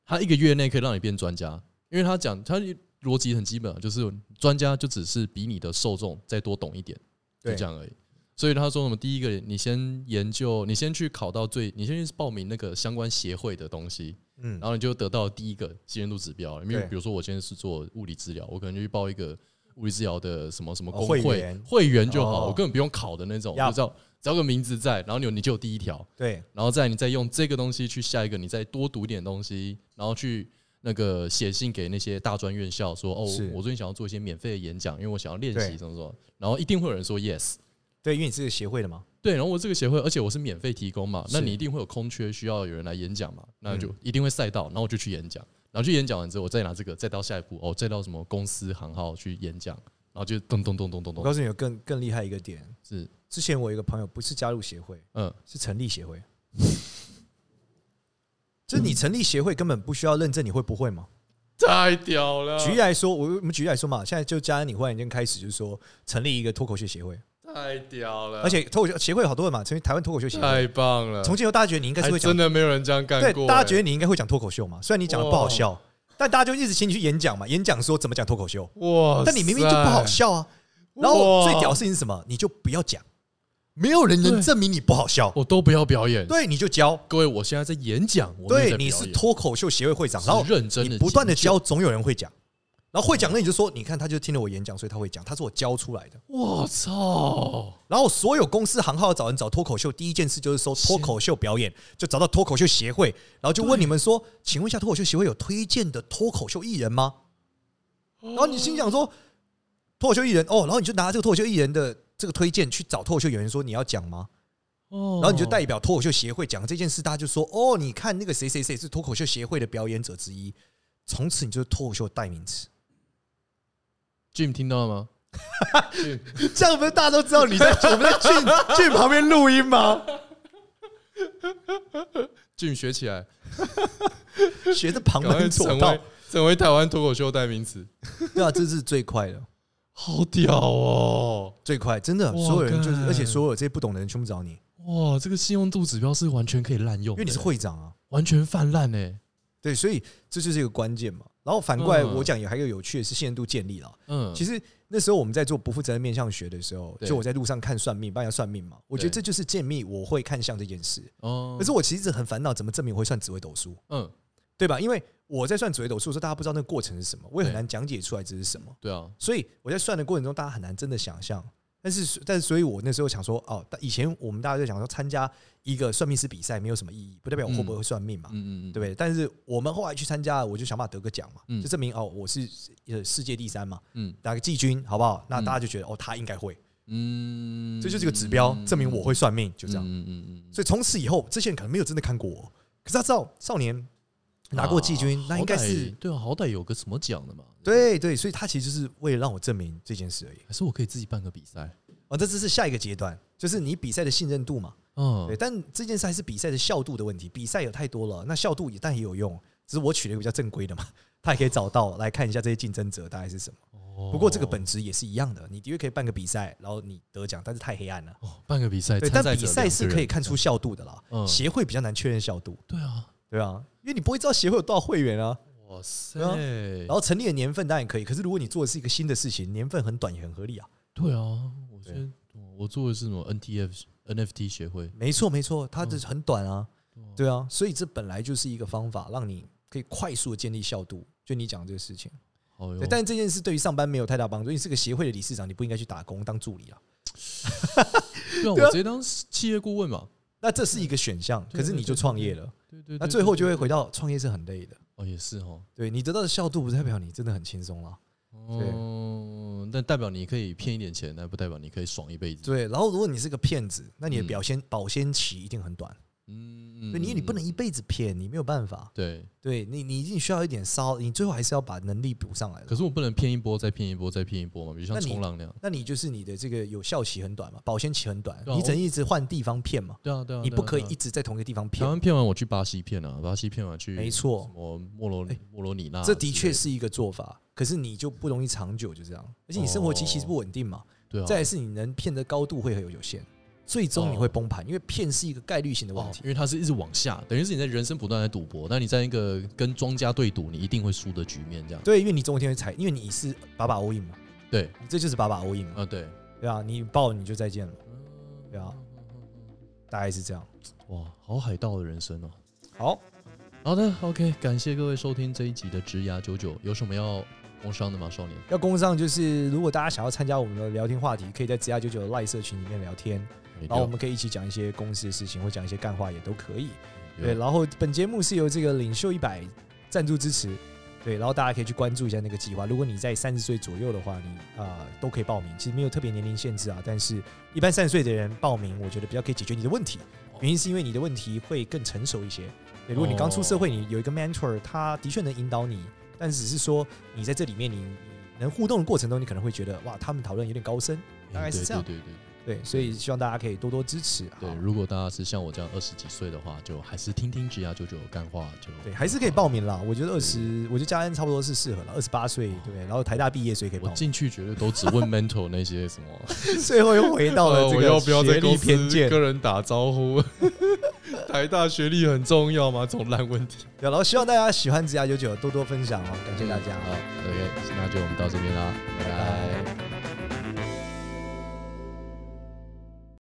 [SPEAKER 2] 他一个月内可以让你变专家，因为他讲他逻辑很基本啊，就是专家就只是比你的受众再多懂一点，就
[SPEAKER 1] 对
[SPEAKER 2] 这样而已。所以他说什么，第一个你先研究，你先去考到最，你先去报名那个相关协会的东西，
[SPEAKER 1] 嗯
[SPEAKER 2] 然后你就得到第一个信任度指标了。因为
[SPEAKER 1] 对
[SPEAKER 2] 比如说我现在是做物理治疗，我可能就去报一个物理治疗的什么什么
[SPEAKER 1] 哦
[SPEAKER 2] 工
[SPEAKER 1] 会
[SPEAKER 2] 会、
[SPEAKER 1] 员
[SPEAKER 2] 会员就好，
[SPEAKER 1] 哦
[SPEAKER 2] 我根本不用考的那种，
[SPEAKER 1] Yup
[SPEAKER 2] 我就知道只要有个名字在，然后你有你就有第一条。
[SPEAKER 1] 对，
[SPEAKER 2] 然后再你再用这个东西去下一个，你再多读点东西，然后去那个写信给那些大专院校说，哦
[SPEAKER 1] 是，
[SPEAKER 2] 我最近想要做一些免费的演讲，因为我想要练习
[SPEAKER 1] 对
[SPEAKER 2] 什么什么，然后一定会有人说 yes。
[SPEAKER 1] 对，因为你是个协会的嘛，
[SPEAKER 2] 对，然后我这个协会，而且我是免费提供嘛，
[SPEAKER 1] 是嗯
[SPEAKER 2] 那你一定会有空缺需要有人来演讲嘛，那就一定会赛到，然后我就去演讲，然后去演讲完之后，我再拿这个，再到下一步，哦，再到什么公司行号去演讲，然后就咚咚咚咚咚
[SPEAKER 1] 我
[SPEAKER 2] 咚，
[SPEAKER 1] 告诉你有更更厉害一个点，
[SPEAKER 2] 是，
[SPEAKER 1] 之前我有一个朋友不是加入协会，
[SPEAKER 2] 嗯，
[SPEAKER 1] 是成立协会。 就是你成立协会根本不需要认证你会不会嘛？
[SPEAKER 2] 太屌了，
[SPEAKER 1] 举例来说，我我们举例来说嘛，现在就加你忽然间开始就是说成立一个脱口秀协会，
[SPEAKER 2] 太屌了，
[SPEAKER 1] 而且脱口秀协会有好多人嘛，成立台湾脱口秀协会。
[SPEAKER 2] 太棒了，
[SPEAKER 1] 从今以后大家觉得你应该是
[SPEAKER 2] 呃还
[SPEAKER 1] 会讲
[SPEAKER 2] 真的没有人这样干
[SPEAKER 1] 对
[SPEAKER 2] 过、，哦
[SPEAKER 1] 大家觉得
[SPEAKER 2] 得
[SPEAKER 1] 你应该会讲脱口秀嘛？虽然你讲的不好笑，但大家就一直请你去演讲嘛，演讲说怎么讲脱口秀，
[SPEAKER 2] 哇，
[SPEAKER 1] 但你明明就不好，笑啊。然后最屌的，事情是什么？你就不要讲，没有人能
[SPEAKER 2] 对
[SPEAKER 1] 证明你不好笑。
[SPEAKER 2] 我都不要表演。
[SPEAKER 1] 对，你就教。
[SPEAKER 2] 各位，我现在在演讲，我没有
[SPEAKER 1] 对，
[SPEAKER 2] 在表
[SPEAKER 1] 你
[SPEAKER 2] 演
[SPEAKER 1] 是脱口秀协会会长，然后
[SPEAKER 2] 是认真
[SPEAKER 1] 你
[SPEAKER 2] 的，
[SPEAKER 1] 不断的，教，总有人会讲。然后会讲，那你就说，你看他就听了我演讲，所以他会讲，他是我教出来的。
[SPEAKER 2] 我操，
[SPEAKER 1] 然后所有公司行号找人找脱口秀，第一件事就是搜脱口秀表演，就找到脱口秀协会，然后就问你们说，请问一下脱口秀协会有推荐的脱口秀艺人吗？然后你心想说，脱口秀艺人哦，然后你就拿这个脱口秀艺人的这个推荐去找脱口秀演员说你要讲吗？
[SPEAKER 2] 哦
[SPEAKER 1] 然后你就代表脱口秀协会讲这件事，大家就说哦，你看那个谁谁谁是脱口秀协会的表演者之一，从此你就是脱口秀代名词，
[SPEAKER 2] Jim 听到了吗？
[SPEAKER 1] 这样不是大家都知道你在我们在俊俊旁 边录音吗？
[SPEAKER 2] Jim 学起来，
[SPEAKER 1] 学的旁
[SPEAKER 2] 赶快
[SPEAKER 1] 门左
[SPEAKER 2] 成
[SPEAKER 1] 道
[SPEAKER 2] 为，成为台湾脱口秀代名词，
[SPEAKER 1] 对啊，这是最快的，
[SPEAKER 2] 好屌哦！
[SPEAKER 1] 最快，真的，
[SPEAKER 2] 哇
[SPEAKER 1] 所有人就是，
[SPEAKER 2] 干
[SPEAKER 1] 而且所有这些不懂的人全部找你，
[SPEAKER 2] 哇，这个信用度指标是完全可以滥用的，
[SPEAKER 1] 因为你是会长啊，
[SPEAKER 2] 完全泛滥哎。
[SPEAKER 1] 对，所以这就是一个关键嘛。然后反过来，
[SPEAKER 2] 嗯
[SPEAKER 1] 我讲也还有有趣的是信任度建立了。
[SPEAKER 2] 嗯，
[SPEAKER 1] 其实那时候我们在做不负责任面相学的时候，
[SPEAKER 2] 对
[SPEAKER 1] 就我在路上看算命，帮人家算命嘛，我觉得
[SPEAKER 2] 对
[SPEAKER 1] 这就是建立我会看相这件事。
[SPEAKER 2] 哦
[SPEAKER 1] 可是我其实一直很烦恼，怎么证明我会算紫微斗数，
[SPEAKER 2] 嗯，
[SPEAKER 1] 对吧？因为我在算紫微斗数的时候，大家不知道那个过程是什么，我也很
[SPEAKER 2] 对
[SPEAKER 1] 难讲解出来这是什么。
[SPEAKER 2] 对啊，
[SPEAKER 1] 所以我在算的过程中，大家很难真的想象。但是，但是，所以我那时候想说，哦，以前我们大家就想说，参加一个算命师比赛没有什么意义，不代表我会不会算命嘛，
[SPEAKER 2] 嗯嗯嗯，
[SPEAKER 1] 对不对？但是我们后来去参加了，我就想办法得个奖嘛，
[SPEAKER 2] 嗯
[SPEAKER 1] 就证明哦，我是呃世界第三嘛，
[SPEAKER 2] 嗯
[SPEAKER 1] 拿个季军，好不好？那
[SPEAKER 2] 嗯
[SPEAKER 1] 大家就觉得、哦，他应该会，
[SPEAKER 2] 嗯，
[SPEAKER 1] 这就是个指标，证明我会算命，就
[SPEAKER 2] 就
[SPEAKER 1] 这样。
[SPEAKER 2] 嗯嗯嗯嗯，
[SPEAKER 1] 所以从此以后，这些人可能没有真的看过我，可是他知道少年拿过季军，
[SPEAKER 2] 啊
[SPEAKER 1] 那应该
[SPEAKER 2] 好歹
[SPEAKER 1] 是
[SPEAKER 2] 对啊，好歹有个什么奖的嘛。，
[SPEAKER 1] 对对，所以他其实就是为了让我证明这件事而已。
[SPEAKER 2] 还是我可以自己办个比赛。
[SPEAKER 1] 哦，这只是下一个阶段，就是你比赛的信任度嘛。
[SPEAKER 2] 嗯
[SPEAKER 1] 对，，但这件事还是比赛的效度的问题。比赛有太多了，那效度也但也有用，只是我取了一个比较正规的嘛，他也可以找到来看一下这些竞争者大概是什么。
[SPEAKER 2] 不
[SPEAKER 1] 哦不过这
[SPEAKER 2] 哦
[SPEAKER 1] 个本质也是一样的，你的确可以办个比赛，然后你得奖，但是太黑暗了。
[SPEAKER 2] 哦，办个比赛，
[SPEAKER 1] 对，但
[SPEAKER 2] 参赛者
[SPEAKER 1] 比赛是可以看出
[SPEAKER 2] 两
[SPEAKER 1] 效度的啦。
[SPEAKER 2] 嗯
[SPEAKER 1] 协会比较难确认效度，
[SPEAKER 2] 个人。对啊，
[SPEAKER 1] 对啊，因为你不会知道协会有多少会员啊。
[SPEAKER 2] 哇塞，
[SPEAKER 1] 对啊然后成立的年份当然可以，可是如果你做的是一个新的事情，年份很短也很合理啊。
[SPEAKER 2] 对啊，我觉
[SPEAKER 1] 对
[SPEAKER 2] 得我做的是什么 NTF NFT 协会，
[SPEAKER 1] 没错，没错，它这
[SPEAKER 2] 嗯
[SPEAKER 1] 很短啊。
[SPEAKER 2] 哇
[SPEAKER 1] 对啊，所以这本来就是一个方法，让你可以快速的建立效度。就你讲这个事情，
[SPEAKER 2] 好哟
[SPEAKER 1] 对，，但这件事对于上班没有太大帮助。因为你是个协会的理事长，你不应该去打工当助理啊。
[SPEAKER 2] 对啊，我直接当企业顾问嘛，
[SPEAKER 1] 那这是一个选项，
[SPEAKER 2] 对
[SPEAKER 1] 可是你就创业了，
[SPEAKER 2] 对对，
[SPEAKER 1] 那
[SPEAKER 2] 对
[SPEAKER 1] 最后就会
[SPEAKER 2] 对
[SPEAKER 1] 回到创业是很累的。
[SPEAKER 2] 哦，也是哦，
[SPEAKER 1] 对你得到的效度，不代表你真的很轻松啊啦。
[SPEAKER 2] 哦，但代表你可以骗一点钱，但不代表你可以爽一辈子，
[SPEAKER 1] 对，然后如果你是个骗子，那你的
[SPEAKER 2] 嗯
[SPEAKER 1] 表现保鲜期一定很短。
[SPEAKER 2] 嗯
[SPEAKER 1] 对你，你不能一辈子骗，你没有办法。
[SPEAKER 2] 对，
[SPEAKER 1] 对你，你一定需要一点骚，你最后还是要把能力补上来的
[SPEAKER 2] 可。是我不能骗一波，再骗一波，再骗一波嘛，比如像
[SPEAKER 1] 那你
[SPEAKER 2] 冲浪那样，
[SPEAKER 1] 那你就是你的这个有效期很短嘛，保鲜期很短，
[SPEAKER 2] 对啊
[SPEAKER 1] 你只能一直换地方骗嘛，
[SPEAKER 2] 对啊对啊，
[SPEAKER 1] 你
[SPEAKER 2] 对啊
[SPEAKER 1] 不可以
[SPEAKER 2] 对啊
[SPEAKER 1] 一直在同一个地方
[SPEAKER 2] 台湾
[SPEAKER 1] 骗。
[SPEAKER 2] 骗完我去巴西骗啊，巴西骗完去
[SPEAKER 1] 没错
[SPEAKER 2] 什么莫罗
[SPEAKER 1] 哎
[SPEAKER 2] 莫罗尼纳之
[SPEAKER 1] 这
[SPEAKER 2] 类，
[SPEAKER 1] 的确是一个做法，可是你就不容易长久，就这样。而且你生活期其实不稳定嘛，
[SPEAKER 2] 对啊，
[SPEAKER 1] 再来是你能骗的高度会很有有限，最终你会崩盘，因为骗是一个概率性的问
[SPEAKER 2] 哦，
[SPEAKER 1] 题。
[SPEAKER 2] 因为它是一直往下，等于是你在人生不断在赌博，但你在一个跟庄家对赌，你一定会输的局面这样。
[SPEAKER 1] 对，因为你总有一天会踩，因为你是把把 all in 嘛，
[SPEAKER 2] 对，
[SPEAKER 1] 你这就是把把 all in 嘛，
[SPEAKER 2] 啊对，
[SPEAKER 1] 对啊，你爆你就再见了，对啊，
[SPEAKER 2] 嗯
[SPEAKER 1] 大概是这样。
[SPEAKER 2] 哇，好海盗的人生哦。
[SPEAKER 1] 好，
[SPEAKER 2] 好的，OK，感谢各位收听这一集的职涯九九，有什么要工商的吗，少年？
[SPEAKER 1] 要工上就是，如果大家想要参加我们的聊天话题，可以在 Z R 九九的赖社群里面聊天。然后我们可以一起讲一些公司的事情，或讲一些干话也都可以。对，然后本节目是由这个领袖一百赞助支持，对，然后大家可以去关注一下那个计划。如果你在三十岁左右的话，你啊、呃都可以报名，其实没有特别年龄限制啊。但是一般三十岁的呃人报名，我觉得比较可以解决你的问题，原因是因为你的问题会更成熟一些。对，如果你刚出社会，你有一个 mentor，他的确能引导你，但只是说你在这里面你你能互动的过程中，你可能会觉得哇，他们讨论有点高深。
[SPEAKER 2] 嗯
[SPEAKER 1] 大概是
[SPEAKER 2] 对
[SPEAKER 1] 这样
[SPEAKER 2] 对对对
[SPEAKER 1] 对，所以希望大家可以多多支持。
[SPEAKER 2] 对
[SPEAKER 1] 好
[SPEAKER 2] 对，如果大家是像我这样二十几岁的话，就还是听听职涯九九干话就
[SPEAKER 1] 对，还是可以报。名啦。我觉得二十，我觉得嘉恩差不多是适合了，二十八岁，对不对？然后台大毕业，所以可以
[SPEAKER 2] 我
[SPEAKER 1] 报名。
[SPEAKER 2] 进去绝对都只问 mentor 那些什么。呃
[SPEAKER 1] 最后又回 到 了这
[SPEAKER 2] 哦我
[SPEAKER 1] 个
[SPEAKER 2] 要不要
[SPEAKER 1] 学
[SPEAKER 2] 在
[SPEAKER 1] 历
[SPEAKER 2] 公
[SPEAKER 1] 偏
[SPEAKER 2] 司
[SPEAKER 1] 见，对
[SPEAKER 2] 跟人打招呼？ 台大学历很重要吗？这种烂问题。
[SPEAKER 1] 啊然后希望大家
[SPEAKER 2] 嗯
[SPEAKER 1] 喜欢子牙九九，多多分享哦，感谢大家，
[SPEAKER 2] 好，OK，那就我们到这边啦，拜
[SPEAKER 1] 拜
[SPEAKER 2] 拜
[SPEAKER 1] 拜。